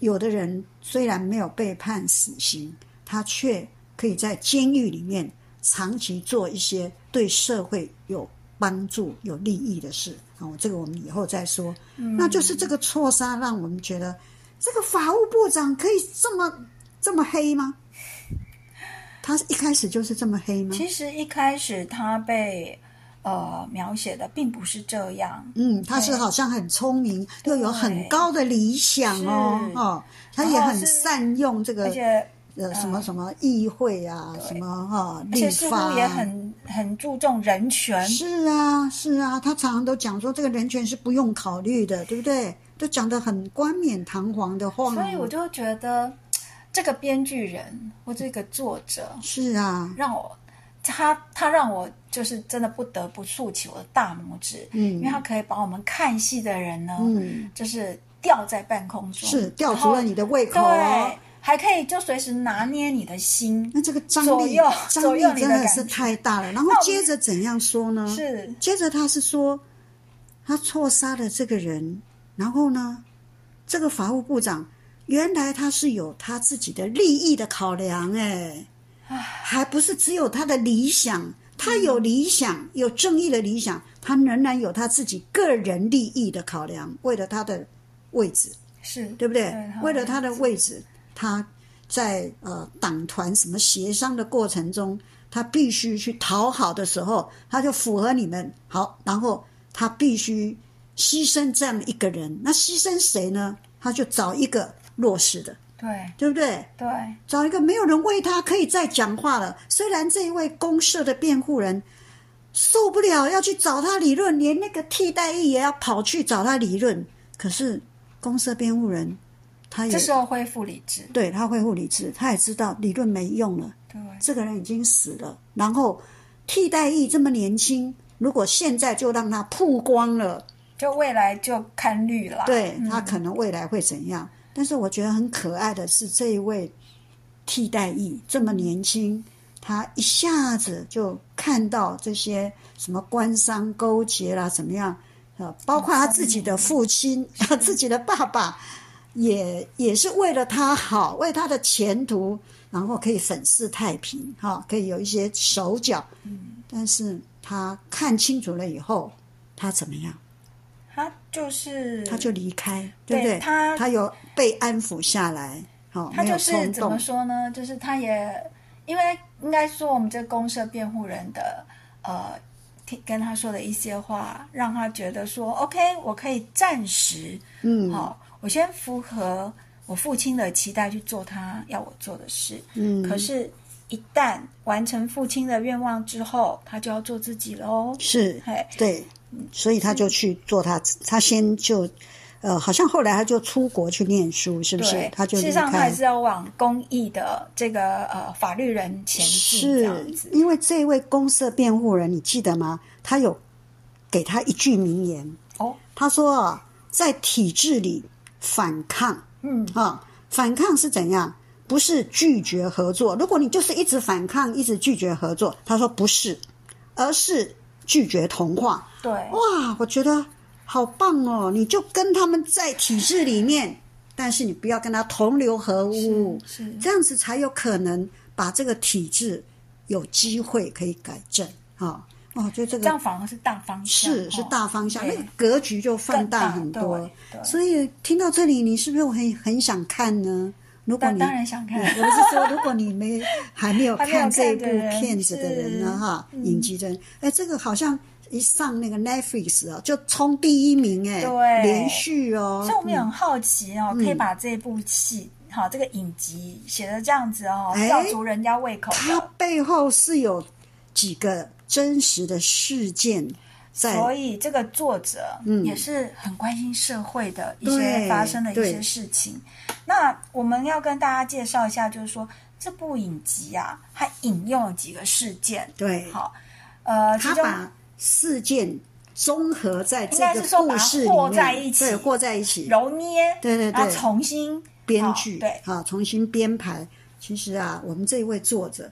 Speaker 2: 有的人虽然没有被判死刑，他却可以在监狱里面长期做一些对社会有帮助、有利益的事啊、哦。这个我们以后再说。那就是这个错杀，让我们觉得这个法务部长可以这么这么黑吗？他一开始就是这么黑吗？
Speaker 3: 其实一开始他被呃描写的并不是这样，
Speaker 2: 嗯，他是
Speaker 3: 对
Speaker 2: 好像很聪明，又有很
Speaker 3: 对
Speaker 2: 高的理想哦，
Speaker 3: 是
Speaker 2: 哦，他
Speaker 3: 然
Speaker 2: 也
Speaker 3: 后
Speaker 2: 很
Speaker 3: 是
Speaker 2: 善用这个
Speaker 3: 而且
Speaker 2: 呃什么什么议会啊，什么哈、
Speaker 3: 嗯而且
Speaker 2: 立
Speaker 3: 似
Speaker 2: 法啊
Speaker 3: 乎也很很注重人权，
Speaker 2: 是啊是啊，他常常都讲说这个人权是不用考虑的，对不对？都讲得很冠冕堂皇的话，哦
Speaker 3: 所以我就觉得这个编剧人或这个作者
Speaker 2: 是啊，
Speaker 3: 让我他他让我就是真的不得不竖起我的大拇指，
Speaker 2: 嗯
Speaker 3: 因为他可以把我们看戏的人呢，
Speaker 2: 嗯，
Speaker 3: 就是吊在半空中，
Speaker 2: 是吊足了你的胃口哦
Speaker 3: 对，还可以就随时拿捏你的心，
Speaker 2: 那这个张
Speaker 3: 左
Speaker 2: 力
Speaker 3: 右
Speaker 2: 张
Speaker 3: 左
Speaker 2: 力
Speaker 3: 右你
Speaker 2: 真
Speaker 3: 的
Speaker 2: 的
Speaker 3: 感
Speaker 2: 是
Speaker 3: 觉
Speaker 2: 太大了。然后
Speaker 3: 那我们
Speaker 2: 接着怎样说呢？
Speaker 3: 是
Speaker 2: 接着他是说，他错杀了这个人，然后呢，这个法务部长原来他是有他自己的利益的考量、哎，还不是只有他的理想，他有理想，有正义的理想，他仍然有他自己个人利益的考量，为了他的位置，
Speaker 3: 是
Speaker 2: 对不对？
Speaker 3: 他
Speaker 2: 为了他的位置，他在呃党团什么协商的过程中，他必须去讨好的时候，他就符合你们好，然后他必须牺牲这样一个人，那牺牲谁呢？他就找一个弱势的，
Speaker 3: 对
Speaker 2: 对不对？
Speaker 3: 对
Speaker 2: 找一个没有人为他可以再讲话了。虽然这一位公社的辩护人受不了，要去找他理论，连那个替代役也要跑去找他理论。可是公社辩护人，他也
Speaker 3: 这时候恢复理智，
Speaker 2: 对他会护理智，他也知道理论没用了，
Speaker 3: 对
Speaker 2: 这个人已经死了。然后替代役这么年轻，如果现在就让他曝光了，
Speaker 3: 就未来就看绿了，
Speaker 2: 对
Speaker 3: 嗯
Speaker 2: 他可能未来会怎样？但是我觉得很可爱的是，这一位替代役这
Speaker 3: 嗯
Speaker 2: 么年轻，他一下子就看到这些什么官商勾结啦，怎么样？呃，包括他自己的父亲、他自己的爸爸，也也是为了他好，为他的前途，然后可以粉饰太平，哈、可以有一些手脚。
Speaker 3: 嗯
Speaker 2: 但是他看清楚了以后，他怎么样？
Speaker 3: 他就是
Speaker 2: 他就离开，对不
Speaker 3: 对
Speaker 2: 对？
Speaker 3: 他
Speaker 2: 有被安抚下来，好、
Speaker 3: 他
Speaker 2: 没有
Speaker 3: 就是
Speaker 2: 冲
Speaker 3: 怎么
Speaker 2: 动，
Speaker 3: 说呢？就是他也因为应该说我们这公社辩护人的呃，听跟他说的一些话，让他觉得说 OK，我可以暂时
Speaker 2: 嗯，
Speaker 3: 好、我先符合我父亲的期待去做他要我做的事。
Speaker 2: 嗯，
Speaker 3: 可是，一旦完成父亲的愿望之后，他就要做自己喽。
Speaker 2: 是
Speaker 3: 嘿，
Speaker 2: 对，所以他就去做他，他先就，呃，好像后来他就出国去念书，是不是
Speaker 3: 对？，
Speaker 2: 他就
Speaker 3: 事
Speaker 2: 离
Speaker 3: 实上他还
Speaker 2: 开
Speaker 3: 是。要往公益的这个呃法律人前进，这样
Speaker 2: 是
Speaker 3: 子。
Speaker 2: 因为这位公社辩护人，你记得吗？他有给他一句名言，
Speaker 3: 哦，
Speaker 2: 他说啊，在体制里反抗
Speaker 3: 嗯，
Speaker 2: 啊、反抗是怎样？不是拒绝合作。如果你就是一直反抗，一直拒绝合作，他说不是，而是拒绝同化。
Speaker 3: 对，
Speaker 2: 哇，我觉得好棒哦！你就跟他们在体制里面，但是你不要跟他同流合污，
Speaker 3: 是是
Speaker 2: 这样子才有可能把这个体制有机会可以改正啊、哦！我觉得这
Speaker 3: 这
Speaker 2: 个
Speaker 3: 样反而是大方向，
Speaker 2: 是是
Speaker 3: 哦
Speaker 2: 大方向，那
Speaker 3: 对
Speaker 2: 个格局就放大很
Speaker 3: 更
Speaker 2: 多
Speaker 3: 大。对对
Speaker 2: 所以听到这里，你是不是很很想看呢？如果
Speaker 3: 但
Speaker 2: 你嗯
Speaker 3: 当然想看
Speaker 2: 对我是说，如果你没还没有
Speaker 3: 还没有
Speaker 2: 看
Speaker 3: 看
Speaker 2: 这部
Speaker 3: 的人
Speaker 2: 片子的人
Speaker 3: 是嗯
Speaker 2: 呢，哈，影集的人，哎，这个好像一上那个 Netflix 啊，就冲第一名哎，
Speaker 3: 对
Speaker 2: 连续哦
Speaker 3: 所以，我们也很好奇哦，
Speaker 2: 嗯
Speaker 3: 可以把这部戏，好这个影集写的这样子哦，
Speaker 2: 哎
Speaker 3: 吊足人家胃口
Speaker 2: 它
Speaker 3: 的，
Speaker 2: 背后是有几个真实的事件在，
Speaker 3: 所以这个作者也是很关心社会的一些
Speaker 2: 嗯对
Speaker 3: 发生的一些
Speaker 2: 对
Speaker 3: 事情。那我们要跟大家介绍一下，就是说这部影集啊，它引用了几个事件，
Speaker 2: 对，
Speaker 3: 好，呃，其
Speaker 2: 他
Speaker 3: 中
Speaker 2: 把事件综合在这
Speaker 3: 应该
Speaker 2: 个
Speaker 3: 是说把
Speaker 2: 故
Speaker 3: 它
Speaker 2: 事里
Speaker 3: 和
Speaker 2: 面，
Speaker 3: 在一起
Speaker 2: 对，和在一起，
Speaker 3: 揉捏，
Speaker 2: 对对对
Speaker 3: 然后重新
Speaker 2: 编
Speaker 3: 好
Speaker 2: 剧，
Speaker 3: 对，
Speaker 2: 啊，重新编排。其实啊，我们这一位作者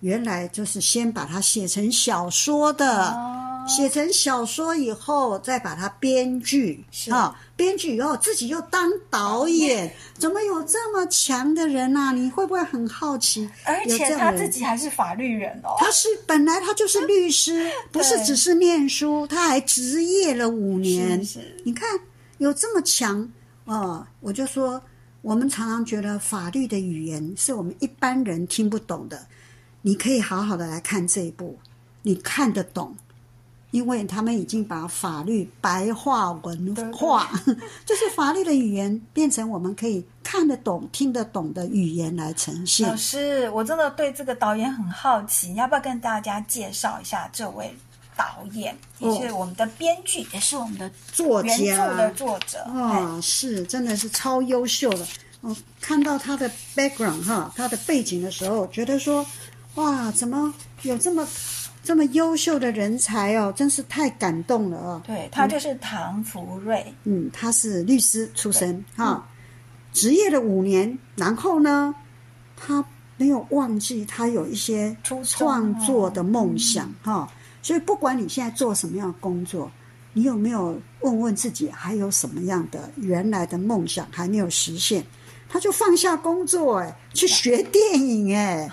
Speaker 2: 原来就是先把它写成小说的，
Speaker 3: 哦
Speaker 2: 写成小说以后再把它编剧，
Speaker 3: 是
Speaker 2: 啊，编剧以后自己又当导演，怎么有这么强的人啊？你会不会很好奇？
Speaker 3: 而
Speaker 2: 有这
Speaker 3: 且
Speaker 2: 样
Speaker 3: 他
Speaker 2: 的
Speaker 3: 自
Speaker 2: 人
Speaker 3: 己还是法律人哦，
Speaker 2: 他是本来他就是律 师，不是只是念书，他还执业了五年。
Speaker 3: 是是
Speaker 2: 你看有这么强哦，我就说我们常常觉得法律的语言是我们一般人听不懂的，你可以好好的来看这一部，你看得懂。因为他们已经把法律白话文化， 就是法律的语言变成我们可以看得懂、听得懂的语言来呈现。
Speaker 3: 老师，我真的对这个导演很好奇，你要不要跟大家介绍一下这位导演？也
Speaker 2: 哦
Speaker 3: 是我们的编剧，也是我们的
Speaker 2: 作家啊
Speaker 3: 原著的作者。哎
Speaker 2: 哦，是，真的是超优秀的。我看到他的 background 哈，他的背景的时候，觉得说，哇，怎么有这么这么优秀的人才哦，真是太感动了哦。
Speaker 3: 对他就是唐福瑞，
Speaker 2: 嗯，他是律师出身哈，职业了五年，然后呢，他没有忘记他有一些
Speaker 3: 初衷哦嗯
Speaker 2: 创作的梦想哈、所以不管你现在做什么样的工作，你有没有问问自己还有什么样的原来的梦想
Speaker 3: 哦
Speaker 2: 还没有实现？他就放下工作哎、去学电影哎、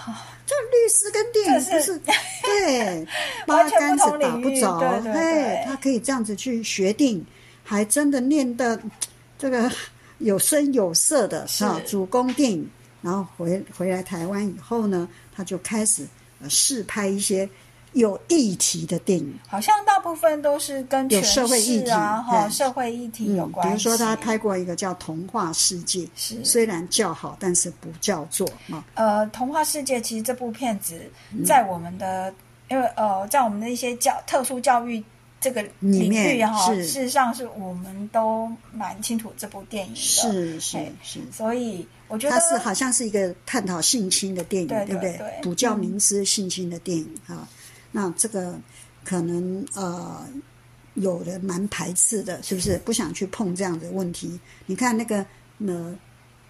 Speaker 2: 这律师跟电影不是对八
Speaker 3: 完全
Speaker 2: 竿子
Speaker 3: 不同
Speaker 2: 打
Speaker 3: 领
Speaker 2: 不
Speaker 3: 域
Speaker 2: 着，
Speaker 3: 对对
Speaker 2: 嘿
Speaker 3: 对，
Speaker 2: 他可以这样子去学电影，还真的念的这个有声有色的
Speaker 3: 是
Speaker 2: 哈，主攻电影，然后回回来台湾以后呢，他就开始呃试拍一些有议题的电影，
Speaker 3: 好像大部分都是跟
Speaker 2: 有
Speaker 3: 权
Speaker 2: 社会议
Speaker 3: 势啊、
Speaker 2: 题
Speaker 3: 哈
Speaker 2: 嗯
Speaker 3: 社会议题有
Speaker 2: 嗯，
Speaker 3: 关
Speaker 2: 比
Speaker 3: 系。
Speaker 2: 如说他拍过一个叫《童话世界》，
Speaker 3: 是
Speaker 2: 虽然叫好，但是不叫座啊，
Speaker 3: 呃，《童话世界》其实这部片子
Speaker 2: 嗯
Speaker 3: 在我们的，因为呃，在我们的一些教特殊教育这个
Speaker 2: 里
Speaker 3: 领
Speaker 2: 面
Speaker 3: 域哈，
Speaker 2: 是
Speaker 3: 事实上是我们都蛮清楚这部电影的，
Speaker 2: 是是
Speaker 3: 嘿
Speaker 2: 是。
Speaker 3: 所以我觉得
Speaker 2: 它是好像是一个探讨性侵的电影，
Speaker 3: 对
Speaker 2: 不
Speaker 3: 对
Speaker 2: 对
Speaker 3: 对？嗯
Speaker 2: 补教名师性侵的电影哈、那这个可能呃，有人蛮排斥的，是不是？不想去碰这样的问题。你看那个呃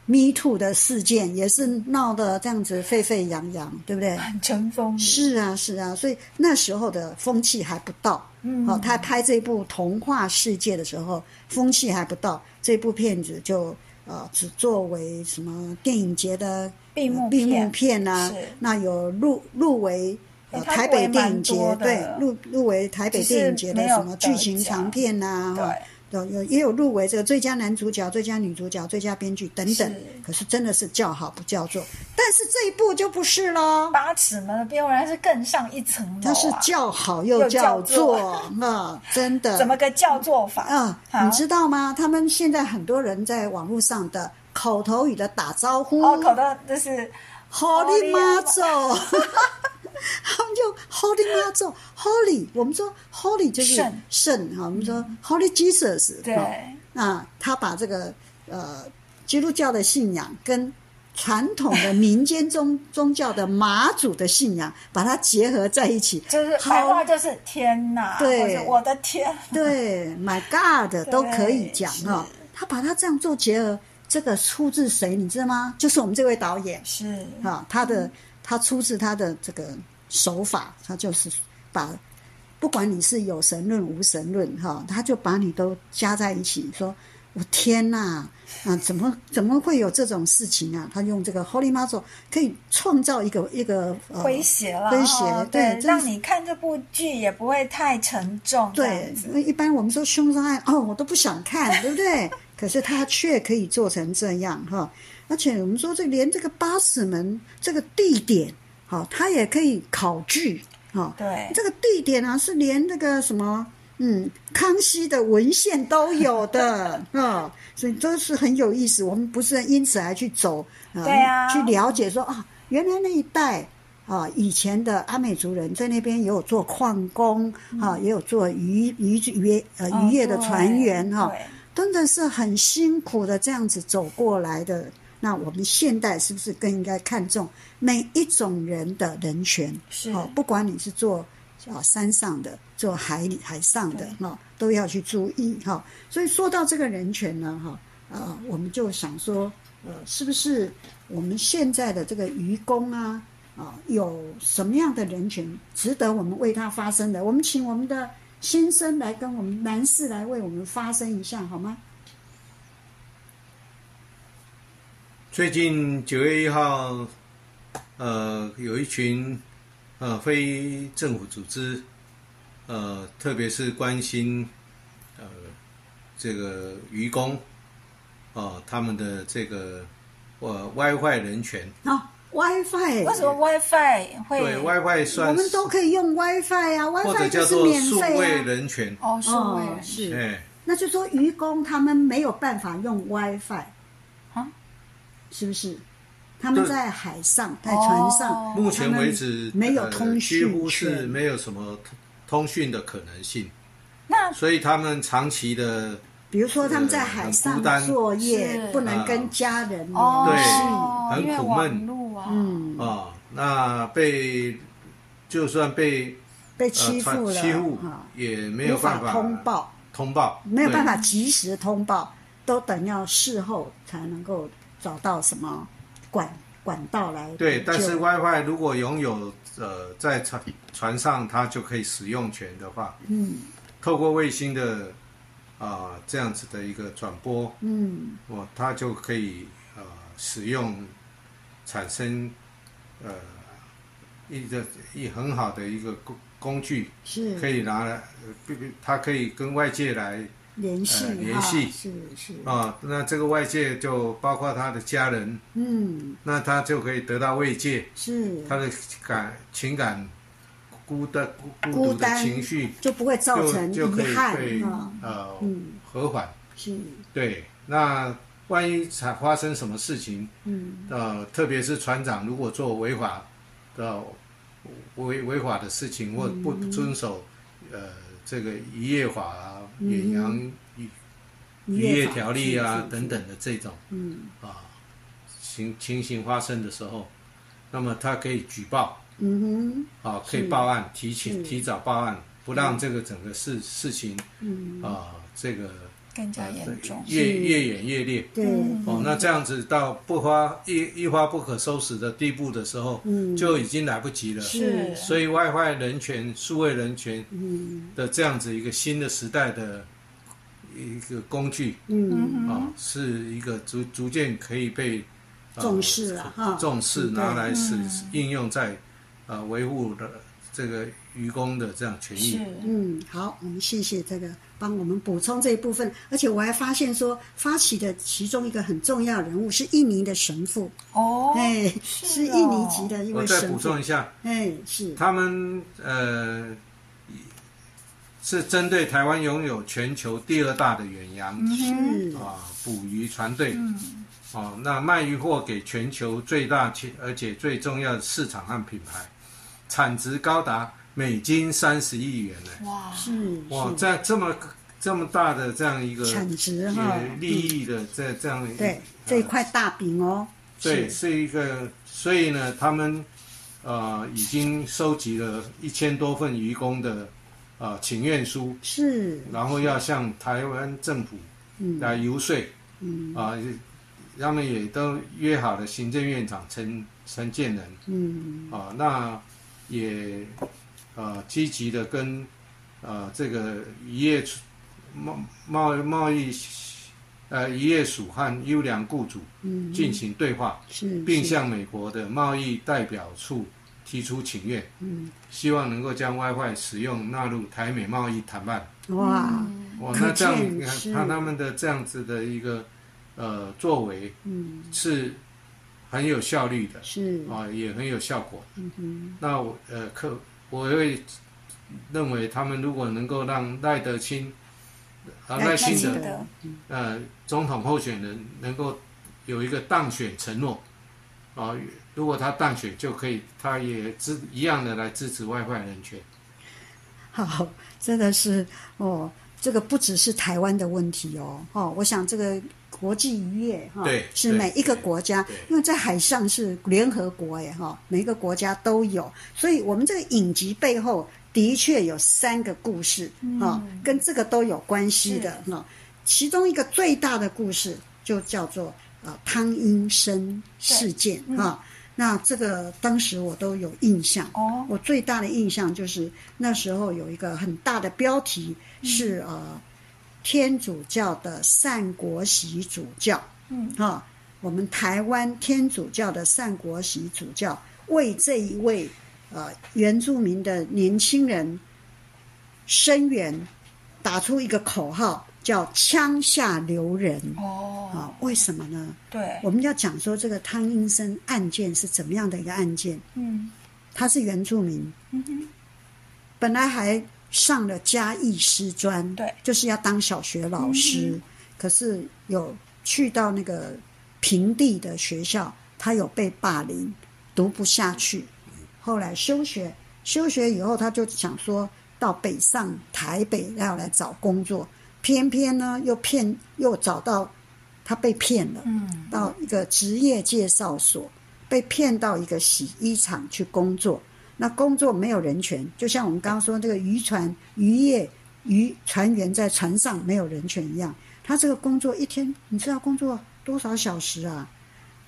Speaker 2: ，Me Too 的事件也是闹得这样子沸沸扬扬，对不对？
Speaker 3: 很尘封，
Speaker 2: 是啊，是啊，所以那时候的风气还不到。
Speaker 3: 嗯
Speaker 2: 哦，他拍这部《童话世界》的时候，风气还不到，这部片子就呃只作为什么电影节的
Speaker 3: 闭幕
Speaker 2: 呃闭幕
Speaker 3: 片
Speaker 2: 片啊
Speaker 3: 是，
Speaker 2: 那有入入围。呃
Speaker 3: 哎它
Speaker 2: 台
Speaker 3: 入
Speaker 2: 北
Speaker 3: 围
Speaker 2: 电影节
Speaker 3: 蛮多的
Speaker 2: 对入入围台北
Speaker 3: 只是
Speaker 2: 电影节的
Speaker 3: 没有
Speaker 2: 什么
Speaker 3: 得
Speaker 2: 剧情
Speaker 3: 奖
Speaker 2: 长片呐、
Speaker 3: 对
Speaker 2: 哈，有有也有入围这个最佳男主角、最佳女主角、最佳编剧等等
Speaker 3: 是。
Speaker 2: 可是真的是叫好不叫座，但是这一部就不是喽。
Speaker 3: 八尺门的边缘是更上一层楼、啊，
Speaker 2: 它是叫好又
Speaker 3: 又
Speaker 2: 叫
Speaker 3: 叫
Speaker 2: 座
Speaker 3: 座，
Speaker 2: 啊，真的。
Speaker 3: 怎么个叫做法
Speaker 2: 啊？
Speaker 3: 好
Speaker 2: 你知道吗？他们现在很多人在网络上的口头语的打招呼，
Speaker 3: 哦，口头就是
Speaker 2: ，Holy 妈祖， 他们就 Holy 妈祖，Holy，我们说 Holy 就是
Speaker 3: 圣嗯
Speaker 2: 圣啊哈，我们说 Holy Jesus，
Speaker 3: 对
Speaker 2: 哈啊，他把这个呃基督教的信仰跟传统的民间宗宗教的马祖的信仰，把它结合在一起，
Speaker 3: 就是白
Speaker 2: 好
Speaker 3: 话就是天哪，
Speaker 2: 对
Speaker 3: 或者我的天，
Speaker 2: 对，My God 都可以
Speaker 3: 对
Speaker 2: 讲
Speaker 3: 是
Speaker 2: 哈、他把它这样做结合，这个出自谁你知道吗？就是我们这位导演
Speaker 3: 是
Speaker 2: 啊，他的他出自他的这个手法，他就是把不管你是有神论无神论哈、他就把你都加在一起，说我天呐啊，怎么怎么会有这种事情啊？他用这个 Holy m o t h e 可以创造一个一个呃
Speaker 3: 诙谐了，
Speaker 2: 诙谐
Speaker 3: 哦
Speaker 2: 对真
Speaker 3: 对，让
Speaker 2: 是
Speaker 3: 你看这部剧也不会太沉重，这
Speaker 2: 对
Speaker 3: 样子，
Speaker 2: 因为一般我们说凶杀案，哦，我都不想看，对不 对？可是他却可以做成这样哈，而且我们说这连这个八尺门这个地点，好、他也可以考据哈。
Speaker 3: 对
Speaker 2: 这个地点啊，是连那个什么，嗯，康熙的文献都有的 啊、所以都是很有意思。我们不是因此还去走，呃
Speaker 3: 对啊
Speaker 2: 去了解说啊，原来那一带。啊，以前的阿美族人在那边也有做矿工啊，也有做渔渔渔呃
Speaker 3: 嗯哦
Speaker 2: 渔业的船员
Speaker 3: 对
Speaker 2: 哈、
Speaker 3: 对
Speaker 2: 真的是很辛苦的这样子走过来的。那我们现代是不是更应该看重每一种人的人权？
Speaker 3: 是
Speaker 2: 哦，不管你是做啊山上的，做海里海上的哈、哦，都要去注意哈、所以说到这个人权呢，哈、呃，我们就想说，呃，是不是我们现在的这个渔工啊，啊，有什么样的人权值得我们为他发声的？我们请我们的先生来跟我们男士来为我们发声一下好吗？
Speaker 4: 最近九月一号，呃，有一群呃非政府组织，呃，特别是关心呃这个渔工啊、他们的这个呃 WiFi 人权，
Speaker 2: 啊，WiFi，
Speaker 3: 为什么 WiFi 会
Speaker 4: 对 WiFi
Speaker 2: 我
Speaker 4: 算
Speaker 2: 们
Speaker 4: 是
Speaker 2: 都可以用 WiFi 啊
Speaker 4: 或者
Speaker 2: ，WiFi 就
Speaker 4: 叫
Speaker 2: 是
Speaker 4: 做
Speaker 2: 免
Speaker 4: 数位
Speaker 2: 费啊。
Speaker 4: 人权，
Speaker 3: 哦是会
Speaker 2: 哦，是，
Speaker 4: 哎，
Speaker 2: 那就说愚公他们没有办法用 WiFi
Speaker 3: 啊，
Speaker 2: 是不是？他们
Speaker 4: 对
Speaker 2: 在海上，在船上，
Speaker 3: 哦
Speaker 4: 目前为止
Speaker 2: 他们没有
Speaker 4: 呃
Speaker 2: 通讯
Speaker 4: 几乎是
Speaker 2: 权
Speaker 4: 没有什么通通讯的可能性，
Speaker 3: 那
Speaker 4: 所以他们长期的。
Speaker 2: 比如说他们在海上
Speaker 4: 很孤单
Speaker 2: 作业，
Speaker 3: 是
Speaker 2: 不能跟家人联系，
Speaker 3: 哦，
Speaker 4: 对
Speaker 3: 因为
Speaker 4: 很苦
Speaker 3: 网
Speaker 4: 闷
Speaker 3: 路啊，
Speaker 2: 嗯，
Speaker 4: 啊，那被就算被
Speaker 2: 被
Speaker 4: 呃
Speaker 2: 欺负
Speaker 4: 传
Speaker 2: 了，
Speaker 4: 欺负
Speaker 2: 哈，
Speaker 4: 也没
Speaker 2: 无
Speaker 4: 有办
Speaker 2: 法通报，
Speaker 4: 通报
Speaker 2: 没有办法
Speaker 4: 对
Speaker 2: 及时通报，都等要事后才能够找到什么管管道来
Speaker 4: 对，
Speaker 2: 救
Speaker 4: 但是 WiFi 如果拥有呃在船船上它就可以使用权的话，
Speaker 2: 嗯
Speaker 4: 透过卫星的啊、这样子的一个转播，
Speaker 2: 嗯
Speaker 4: 我它就可以呃使用产生呃一个一很好的一个工工具，可
Speaker 2: 是
Speaker 4: 以拿来，呃不不它可以跟外界来
Speaker 2: 联系
Speaker 4: 呃联
Speaker 2: 哈
Speaker 4: 系
Speaker 2: 是是，
Speaker 4: 啊，那这个外界就包括他的家人，
Speaker 2: 嗯，
Speaker 4: 那他就可以得到慰藉，
Speaker 2: 是
Speaker 4: 他的感情感孤单孤
Speaker 2: 孤
Speaker 4: 独的
Speaker 2: 单
Speaker 4: 情绪
Speaker 2: 就不会造成
Speaker 4: 就就可
Speaker 2: 遗
Speaker 4: 以
Speaker 2: 憾
Speaker 4: 被
Speaker 2: 啊，
Speaker 4: 呃
Speaker 2: 嗯
Speaker 4: 和缓。
Speaker 2: 是
Speaker 4: 对，那万一才发生什么事情，
Speaker 2: 嗯
Speaker 4: 呃，特别是船长如果做违法的违违法的事情，或不
Speaker 2: 嗯
Speaker 4: 遵守、呃这个渔业法啊、远洋渔渔业
Speaker 2: 嗯法
Speaker 4: 条例啊
Speaker 2: 是是
Speaker 4: 等等的这种
Speaker 2: 嗯
Speaker 4: 啊情情形发生的时候，那么他可以举报
Speaker 2: 嗯
Speaker 4: 啊，可以
Speaker 2: 是
Speaker 4: 报案，提起
Speaker 2: 是
Speaker 4: 提早报案，不让这个整个事事情
Speaker 2: 哼嗯，
Speaker 4: 啊这个
Speaker 3: 更加
Speaker 4: 呃
Speaker 3: 严重。
Speaker 4: 越
Speaker 2: 是
Speaker 4: 越演越烈。
Speaker 2: 对，
Speaker 3: 嗯
Speaker 4: 哦，那这样子到不发一一发不可收拾的地步的时候，
Speaker 2: 嗯
Speaker 4: 就已经来不及了。
Speaker 3: 嗯
Speaker 2: 是啊
Speaker 4: 所以外坏人权、数位人权
Speaker 2: 嗯
Speaker 4: 的这样子一个新的时代的一个工具
Speaker 2: 嗯
Speaker 4: 啊、
Speaker 3: 嗯
Speaker 4: 是一个逐逐渐可以被、呃
Speaker 2: 重视了哈
Speaker 4: 重视
Speaker 2: 嗯
Speaker 4: 拿来使
Speaker 3: 嗯
Speaker 4: 应用在呃维护的这个愚公的这样权益。
Speaker 3: 是
Speaker 2: 嗯，好，我们谢谢这个帮我们补充这一部分，而且我还发现说发起的其中一个很重要人物是印尼的神父，
Speaker 3: 哦，
Speaker 2: 哎，
Speaker 3: 是
Speaker 2: 是
Speaker 3: 哦
Speaker 2: 印尼籍的一
Speaker 4: 我
Speaker 2: 位
Speaker 4: 再
Speaker 2: 神
Speaker 4: 补
Speaker 2: 父
Speaker 4: 充，一下，
Speaker 2: 哎，是，
Speaker 4: 他们呃是针对台湾拥有全球第二大的远洋
Speaker 2: 嗯是，
Speaker 3: 哦
Speaker 4: 啊捕鱼船队
Speaker 3: 嗯，
Speaker 4: 哦，那卖鱼货给全球最大且而且最重要的市场和品牌，产值高达美金三十亿元呢。
Speaker 3: 哇，
Speaker 2: 是，
Speaker 4: 哇，
Speaker 2: 是
Speaker 4: 在这么这么大的这样一个
Speaker 2: 产值
Speaker 4: 呃
Speaker 2: 哈，
Speaker 4: 利益啊的这这样
Speaker 2: 嗯
Speaker 4: 一个
Speaker 2: 对这一块大饼哦，
Speaker 4: 对，
Speaker 2: 是，
Speaker 4: 是一个，所以呢，他们呃已经收集了一千多份渔工的呃请愿书，
Speaker 2: 是，
Speaker 4: 然后要向台湾政府
Speaker 2: 嗯
Speaker 4: 来游说
Speaker 2: 嗯
Speaker 4: 啊、他们也都约好了行政院长陈陈建仁
Speaker 2: 嗯
Speaker 4: 啊、那也呃积极的跟呃这个渔业处贸贸贸易呃渔业署和优良雇主
Speaker 2: 嗯，
Speaker 4: 进行对话。
Speaker 2: 是，
Speaker 4: 并
Speaker 2: 是
Speaker 4: 向美国的贸易代表处提出请愿，
Speaker 2: 嗯，
Speaker 4: 希望能够将 WiFi 使用纳入台美贸易谈判。
Speaker 3: 嗯
Speaker 2: 哇，
Speaker 4: 哇，
Speaker 2: 可
Speaker 4: 那这样
Speaker 2: 见
Speaker 4: 你看
Speaker 2: 是
Speaker 4: 他他们的这样子的一个呃作为
Speaker 2: 嗯，
Speaker 4: 是很有效率的
Speaker 2: 是，
Speaker 4: 啊、也很有效果。
Speaker 2: 嗯哼，
Speaker 4: 那我呃，可我会认为他们如果能够让赖德清
Speaker 2: 赖
Speaker 4: 啊赖
Speaker 3: 赖
Speaker 4: 清
Speaker 2: 清
Speaker 3: 清
Speaker 4: 德
Speaker 2: 德
Speaker 3: 德，
Speaker 4: 呃总统候选人能够有一个当选承诺，啊、如果他当选就可以，他也支一样的来支持外坏人权。
Speaker 2: 好，真的是哦，这个不只是台湾的问题哦，哦，我想这个国际渔业哈、
Speaker 4: 对
Speaker 2: 是
Speaker 4: 对
Speaker 2: 每一个国家
Speaker 4: 对对，
Speaker 2: 因为在海上是联合国耶哈、每一个国家都有，所以我们这个影集背后的确有三个故事
Speaker 4: 嗯
Speaker 2: 啊、哦跟这个都有关系的哈、哦其中一个最大的故事就叫做呃汤英生事件
Speaker 4: 嗯
Speaker 2: 啊、哦那这个当时我都有印象
Speaker 3: 哦
Speaker 2: 我最大的印象就是那时候有一个很大的标题
Speaker 3: 嗯
Speaker 2: 是、呃天主教的善国习主教，
Speaker 3: 嗯，
Speaker 2: 哈、我们台湾天主教的善国习主教为这一位呃原住民的年轻人声援，打出一个口号叫“枪下留人”
Speaker 3: 哦，
Speaker 2: 啊、为什么呢？
Speaker 3: 对，
Speaker 2: 我们要讲说这个汤英生案件是怎么样的一个案件，
Speaker 3: 嗯
Speaker 2: 他是原住民，
Speaker 3: 嗯哼，
Speaker 2: 本来还上了嘉义师专，
Speaker 3: 对
Speaker 2: 就是要当小学老师，可是有去到那个平地的学校，他有被霸凌，读不下去，后来休学，休学以后他就想说到北上台北要来找工作，偏偏呢又骗又找到他被骗了，
Speaker 3: 嗯
Speaker 2: 到一个职业介绍所，被骗到一个洗衣厂去工作。那工作没有人权，就像我们刚刚说这个渔船、渔业、渔船员在船上没有人权一样。他这个工作一天，你知道工作多少小时啊？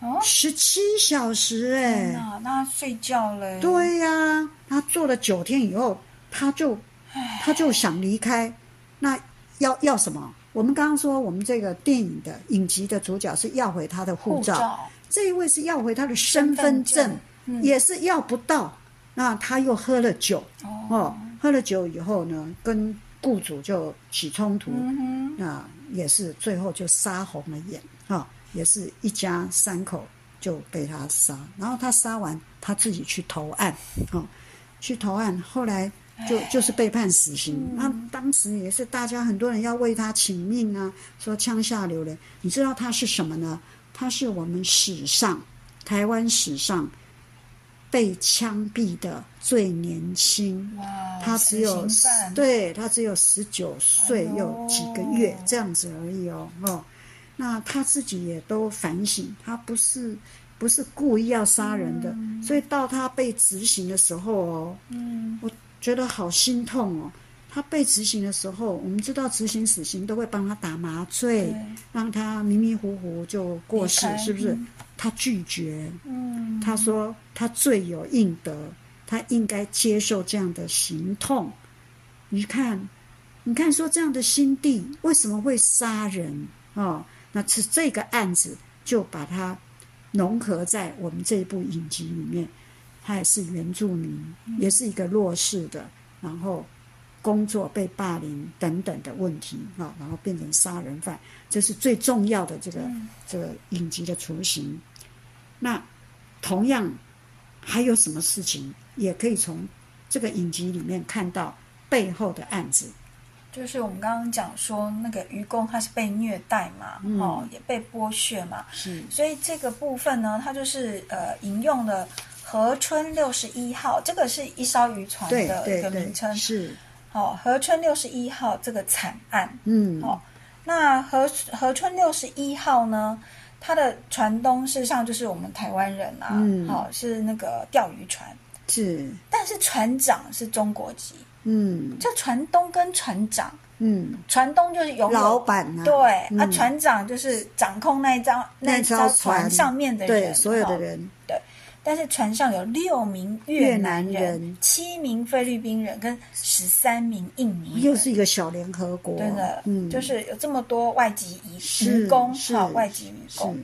Speaker 3: 哦，
Speaker 2: 十七小时哎、
Speaker 3: 那那睡觉嘞，，
Speaker 2: 对呀、他做了九天以后，他就
Speaker 3: 哎
Speaker 2: 他就想离开。那要要什么？我们刚刚说，我们这个电影的影集的主角是要回他的
Speaker 3: 护
Speaker 2: 护照，，这一位是要回他的身份
Speaker 3: 身份
Speaker 2: 证
Speaker 3: 证，嗯
Speaker 2: 也是要不到。那他又喝了酒，哦，喝了酒以后呢，跟雇主就起冲突，
Speaker 3: 嗯
Speaker 2: 那也是最后就杀红了眼啊、也是一家三口就被他杀。然后他杀完，他自己去投案啊、去投案，后来就就是被判死刑。那、当时也是大家很多人要为他请命啊，说枪下留人。你知道他是什么呢？他是我们史上台湾史上被枪毙的最年轻
Speaker 3: 哼，哇，
Speaker 2: 他只有
Speaker 3: 哦死刑犯
Speaker 2: 对他只有十九岁
Speaker 3: 哎呦
Speaker 2: 又几个月这样子而已哦哦，那他自己也都反省，他不是不是故意要杀人的，所以到他被执行的时候哦，
Speaker 3: 嗯，
Speaker 2: 我觉得好心痛哦。他被执行的时候，我们知道执行死刑都会帮他打麻醉
Speaker 3: 对，
Speaker 2: 让他迷迷糊糊就过世
Speaker 3: 离，开
Speaker 2: 是不是
Speaker 3: 嗯？
Speaker 2: 他拒绝，
Speaker 3: 嗯，
Speaker 2: 他说他罪有应得，他应该接受这样的刑痛。你看，你看，说这样的心地为什么会杀人哦？那是这个案子就把它融合在我们这一部影集里面。他也是原住民，
Speaker 3: 嗯
Speaker 2: 也是一个弱势的，然后工作被霸凌等等的问题啊、然后变成杀人犯，这是最重要的这个、
Speaker 3: 嗯
Speaker 2: 这个影集的雏形。那同样还有什么事情也可以从这个影集里面看到背后的案子？
Speaker 3: 就是我们刚刚讲说那个愚公他是被虐待嘛，
Speaker 2: 嗯
Speaker 3: 哦，也被剥削嘛，
Speaker 2: 是
Speaker 3: 所以这个部分呢，它就是呃引用了河村六十一号，这个是一艘渔船
Speaker 2: 对
Speaker 3: 的一
Speaker 2: 对
Speaker 3: 个名称
Speaker 2: 对，。是
Speaker 3: 哦，河村六十一号这个惨案。
Speaker 2: 嗯
Speaker 3: 哦那河河村六十一号呢，它的船东事实上就是我们台湾人啊，
Speaker 2: 嗯
Speaker 3: 好、是那个钓鱼船，
Speaker 2: 是
Speaker 3: 但是船长是中国籍，
Speaker 2: 嗯
Speaker 3: 就船东跟船长，
Speaker 2: 嗯，
Speaker 3: 船东就是拥有
Speaker 2: 老板啊，
Speaker 3: 对、啊，
Speaker 2: 嗯
Speaker 3: 船长就是掌控那一张
Speaker 2: 那
Speaker 3: 一
Speaker 2: 艘
Speaker 3: 艘船上面的人，
Speaker 2: 对所有的
Speaker 3: 哦。
Speaker 2: 人
Speaker 3: 但是船上有六名越南
Speaker 2: 越南人
Speaker 3: 七名菲律宾人跟十三名印尼人，
Speaker 2: 又是一个小联合国，
Speaker 3: 真的，
Speaker 2: 嗯，
Speaker 3: 就是有这么多外籍移
Speaker 2: 是
Speaker 3: 移工
Speaker 2: 是
Speaker 3: 哈，外籍移
Speaker 2: 是
Speaker 3: 工，。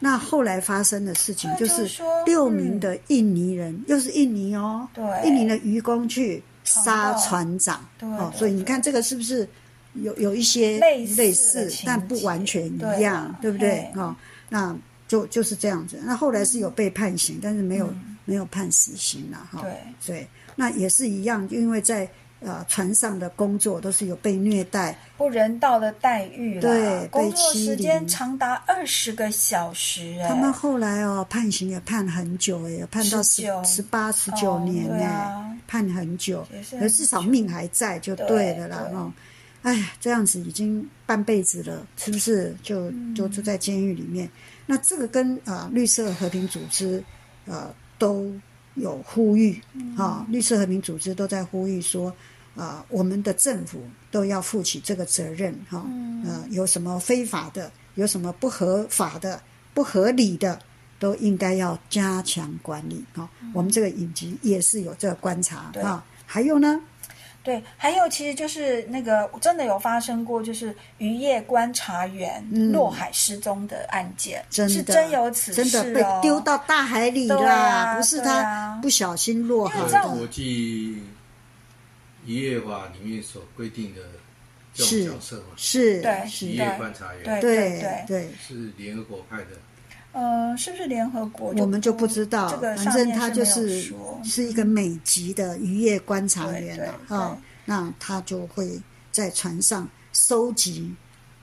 Speaker 2: 那后来发生的事情
Speaker 3: 对
Speaker 2: 就
Speaker 3: 就是
Speaker 2: 是
Speaker 3: 说嗯
Speaker 2: 六名的印尼人，又是印尼哦，
Speaker 3: 对
Speaker 2: 印尼的渔工去
Speaker 3: 闯
Speaker 2: 杀
Speaker 3: 祸
Speaker 2: 船长，
Speaker 3: 对
Speaker 2: 哦，
Speaker 3: 对
Speaker 2: 所以你看这个是不是有有一些
Speaker 3: 类似的
Speaker 2: 类似
Speaker 3: 情，
Speaker 2: 但不完全
Speaker 3: 节对
Speaker 2: 一样
Speaker 3: 啊，
Speaker 2: 对不对？
Speaker 3: 嘿
Speaker 2: 哦，那就就是这样子。那后来是有被判刑，但是没有没有判死刑了哈。
Speaker 3: 嗯对
Speaker 2: 对，那也是一样，因为在呃船上的工作都是有被虐待，
Speaker 3: 不人道的待遇啦，
Speaker 2: 对被
Speaker 3: 工作时
Speaker 2: 欺凌
Speaker 3: 间长达二十个小时、哎
Speaker 2: 他们后来哦，判刑也判很久，也判到十
Speaker 3: 19
Speaker 2: 十八、十九
Speaker 3: 哦
Speaker 2: 年
Speaker 3: 对
Speaker 2: 呢、
Speaker 3: 啊
Speaker 2: 判很久
Speaker 3: 也是，很
Speaker 2: 可至少命还在就
Speaker 3: 对
Speaker 2: 对了啦
Speaker 3: 对
Speaker 2: 哦。哎，这样子已经半辈子了，是不是？就
Speaker 3: 嗯
Speaker 2: 就住在监狱里面。那这个跟啊、呃绿色和平组织呃都有呼吁
Speaker 3: 嗯
Speaker 2: 啊、绿色和平组织都在呼吁说啊、我们的政府都要负起这个责任哈、
Speaker 3: 嗯
Speaker 2: 呃，有什么非法的，有什么不合法的、不合理的，都应该要加强管理哈、我们这个影集也是有这个观察
Speaker 3: 嗯对
Speaker 2: 啊。还有呢，
Speaker 3: 对，还有其实就是那个真的有发生过，就是渔业观察员
Speaker 2: 嗯
Speaker 3: 落海失踪的案件，
Speaker 2: 真的
Speaker 3: 是真有此事、哦，
Speaker 2: 真的被丢到大海里
Speaker 3: 对
Speaker 2: 啦，
Speaker 3: 啊
Speaker 2: 不是
Speaker 3: 对
Speaker 2: 他
Speaker 3: 啊
Speaker 2: 不小心落海
Speaker 3: 因为这
Speaker 2: 的
Speaker 3: 样
Speaker 4: 国际渔业法里面所规定的这
Speaker 2: 是
Speaker 4: 种角色嘛，
Speaker 2: 是
Speaker 3: 对
Speaker 4: 渔
Speaker 2: 是，
Speaker 4: 业观察员
Speaker 3: 对
Speaker 2: 对对，
Speaker 4: 是联合国派的，
Speaker 3: 呃，是不是联合国？
Speaker 2: 我们就不知道
Speaker 3: 这，个
Speaker 2: 反
Speaker 3: 上
Speaker 2: 正
Speaker 3: 面
Speaker 2: 他
Speaker 3: 是
Speaker 2: 就
Speaker 3: 没有
Speaker 2: 是
Speaker 3: 说
Speaker 2: 是一个美籍的渔业观察员了
Speaker 3: 对对
Speaker 2: 啊，那他就会在船上收集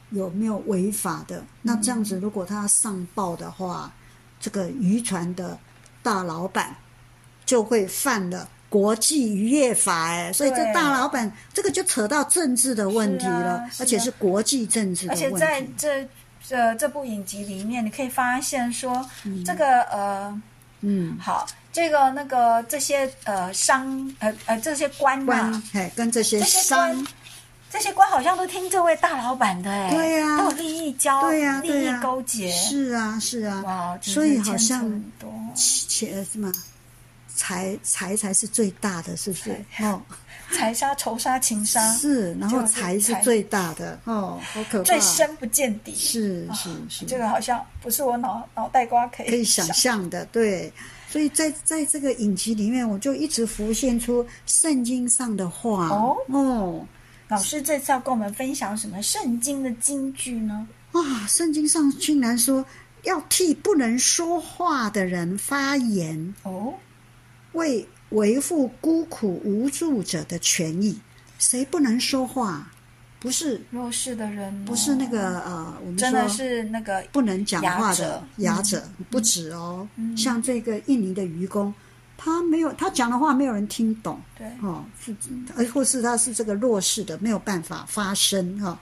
Speaker 2: 有没有违法的。那这样子，
Speaker 3: 嗯
Speaker 2: 如果他上报的话，这个渔船的大老板就会犯了。国际渔业法哎，所以这
Speaker 3: 对
Speaker 2: 大老板这个就扯到政治的问题
Speaker 3: 是啊
Speaker 2: 了，
Speaker 3: 是
Speaker 2: 而且
Speaker 3: 啊
Speaker 2: 是国际政治的问
Speaker 3: 而
Speaker 2: 题。嗯
Speaker 3: 且在这这这部影集里面，你可以发现说，这个呃，
Speaker 2: 嗯，
Speaker 3: 好，这个那个这些呃商呃呃这些官
Speaker 2: 关
Speaker 3: 呐，
Speaker 2: 哎跟这些
Speaker 3: 这些官
Speaker 2: 商
Speaker 3: 这些官好像都听这位大老板的哎，
Speaker 2: 对呀
Speaker 3: 都有利益交，
Speaker 2: 对呀对
Speaker 3: 利益
Speaker 2: 呀
Speaker 3: 勾结，
Speaker 2: 是啊，是啊，
Speaker 3: 哇，真的
Speaker 2: 所以
Speaker 3: 牵
Speaker 2: 好
Speaker 3: 扯
Speaker 2: 像
Speaker 3: 很多，
Speaker 2: 前什么财财才是最大的，是不是？哦，
Speaker 3: 财杀、仇杀、情杀，
Speaker 2: 是，啊然后
Speaker 3: 就是
Speaker 2: 财是
Speaker 3: 财
Speaker 2: 最大的，哦，好可怕，
Speaker 3: 最深不见底。
Speaker 2: 是
Speaker 3: 啊
Speaker 2: 是是，
Speaker 3: 这个哎好像不是我脑脑袋瓜可以
Speaker 2: 可以想象的，对。所以在在这个影集里面，我就一直浮现出圣经上的话
Speaker 3: 哦
Speaker 2: 哦
Speaker 3: 老师这次要跟我们分享什么圣经的金句呢？
Speaker 2: 哇，圣经上竟然说要替不能说话的人发言，
Speaker 3: 哦，
Speaker 2: 为维护孤苦无助者的权益。谁不能说话？不是
Speaker 3: 弱势的人哦、
Speaker 2: 不是那个呃，我们
Speaker 3: 真的
Speaker 2: 说
Speaker 3: 是那个
Speaker 2: 不能讲话的
Speaker 3: 哑
Speaker 2: 哑
Speaker 3: 者
Speaker 2: 者不止哦，
Speaker 3: 嗯
Speaker 2: 像这个印尼的愚公，他没有他讲的话没有人听懂
Speaker 3: 对
Speaker 2: 哦，是呃或是他是这个弱势的，没有办法发声哈、哦。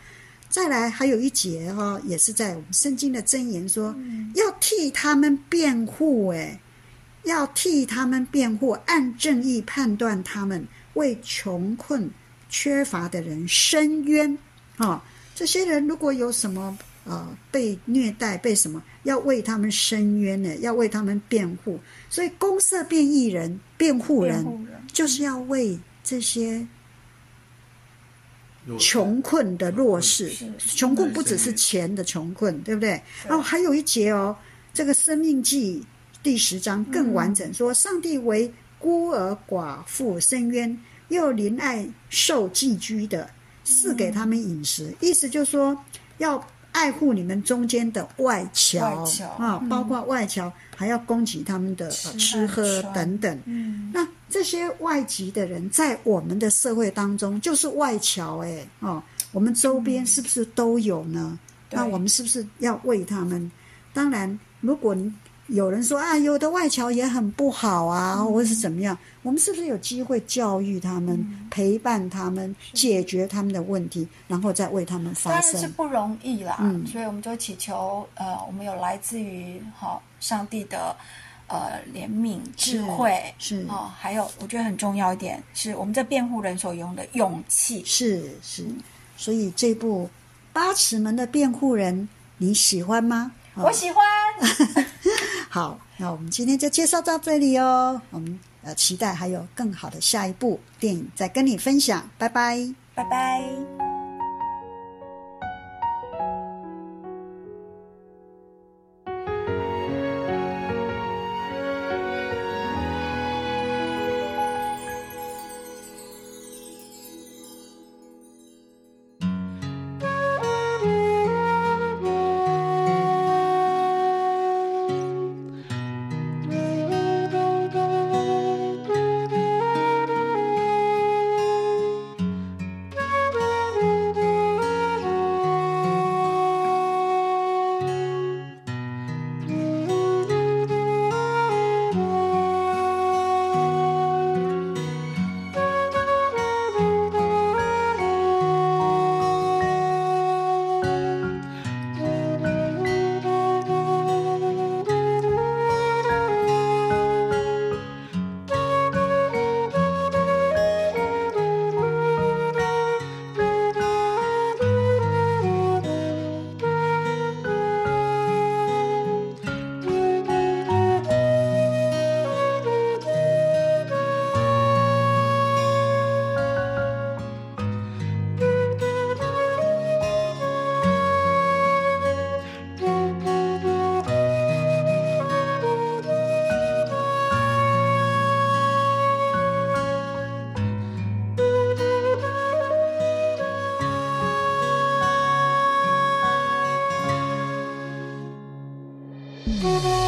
Speaker 2: 再来还有一节哈、哦，也是在我们圣经的箴言说，要替他们辩护，哎，要替他们辩护，按正义判断他们，为穷困缺乏的人伸冤啊、哦这些人如果有什么呃被虐待、被什么，要为他们伸冤呢，要为他们辩护。所以公社辩义人、辩护
Speaker 3: 辩
Speaker 2: 人，
Speaker 3: 护嗯人，
Speaker 2: 就是要为这些
Speaker 4: 弱势
Speaker 2: 穷困的弱势
Speaker 3: 是，
Speaker 2: 穷困不只是钱的穷困，对不对？哦，还有一节哦，这个《生命记》第十章更完整，说上帝为孤儿寡妇伸冤，又怜爱受寄居的，赐给他们饮食。意思就是说要。爱护你们中间的外侨
Speaker 3: 外侨
Speaker 2: 啊，包括外侨，还要供给他们的呃
Speaker 3: 吃
Speaker 2: 吃
Speaker 3: 和
Speaker 2: 喝
Speaker 3: 穿
Speaker 2: 等等。
Speaker 3: 嗯，
Speaker 2: 那这些外籍的人在我们的社会当中就是外侨哎、哦，我们周边是不是都有呢？
Speaker 3: 对
Speaker 2: 那我们是不是要为他们？当然，如果你有人说啊，有的外侨也很不好啊，
Speaker 3: 嗯
Speaker 2: 或是怎么样，我们是不是有机会教育他们、
Speaker 3: 嗯
Speaker 2: 陪伴他们、解决他们的问题，然后再为他们
Speaker 3: 当
Speaker 2: 发
Speaker 3: 然是
Speaker 2: 声？
Speaker 3: 不容易啦，
Speaker 2: 嗯
Speaker 3: 所以我们就祈求呃，我们有来自于哈、好上帝的呃怜悯、智慧
Speaker 2: 是
Speaker 3: 哦，还有我觉得很重要一点是我们这辩护人所用的勇气。
Speaker 2: 是是，所以这部《八尺门的辩护人》你喜欢吗？哦
Speaker 3: 我喜欢，
Speaker 2: 好，那我们今天就介绍到这里哦。我们呃期待还有更好的下一部电影再跟你分享，拜拜。
Speaker 3: 拜拜。
Speaker 5: Thank you.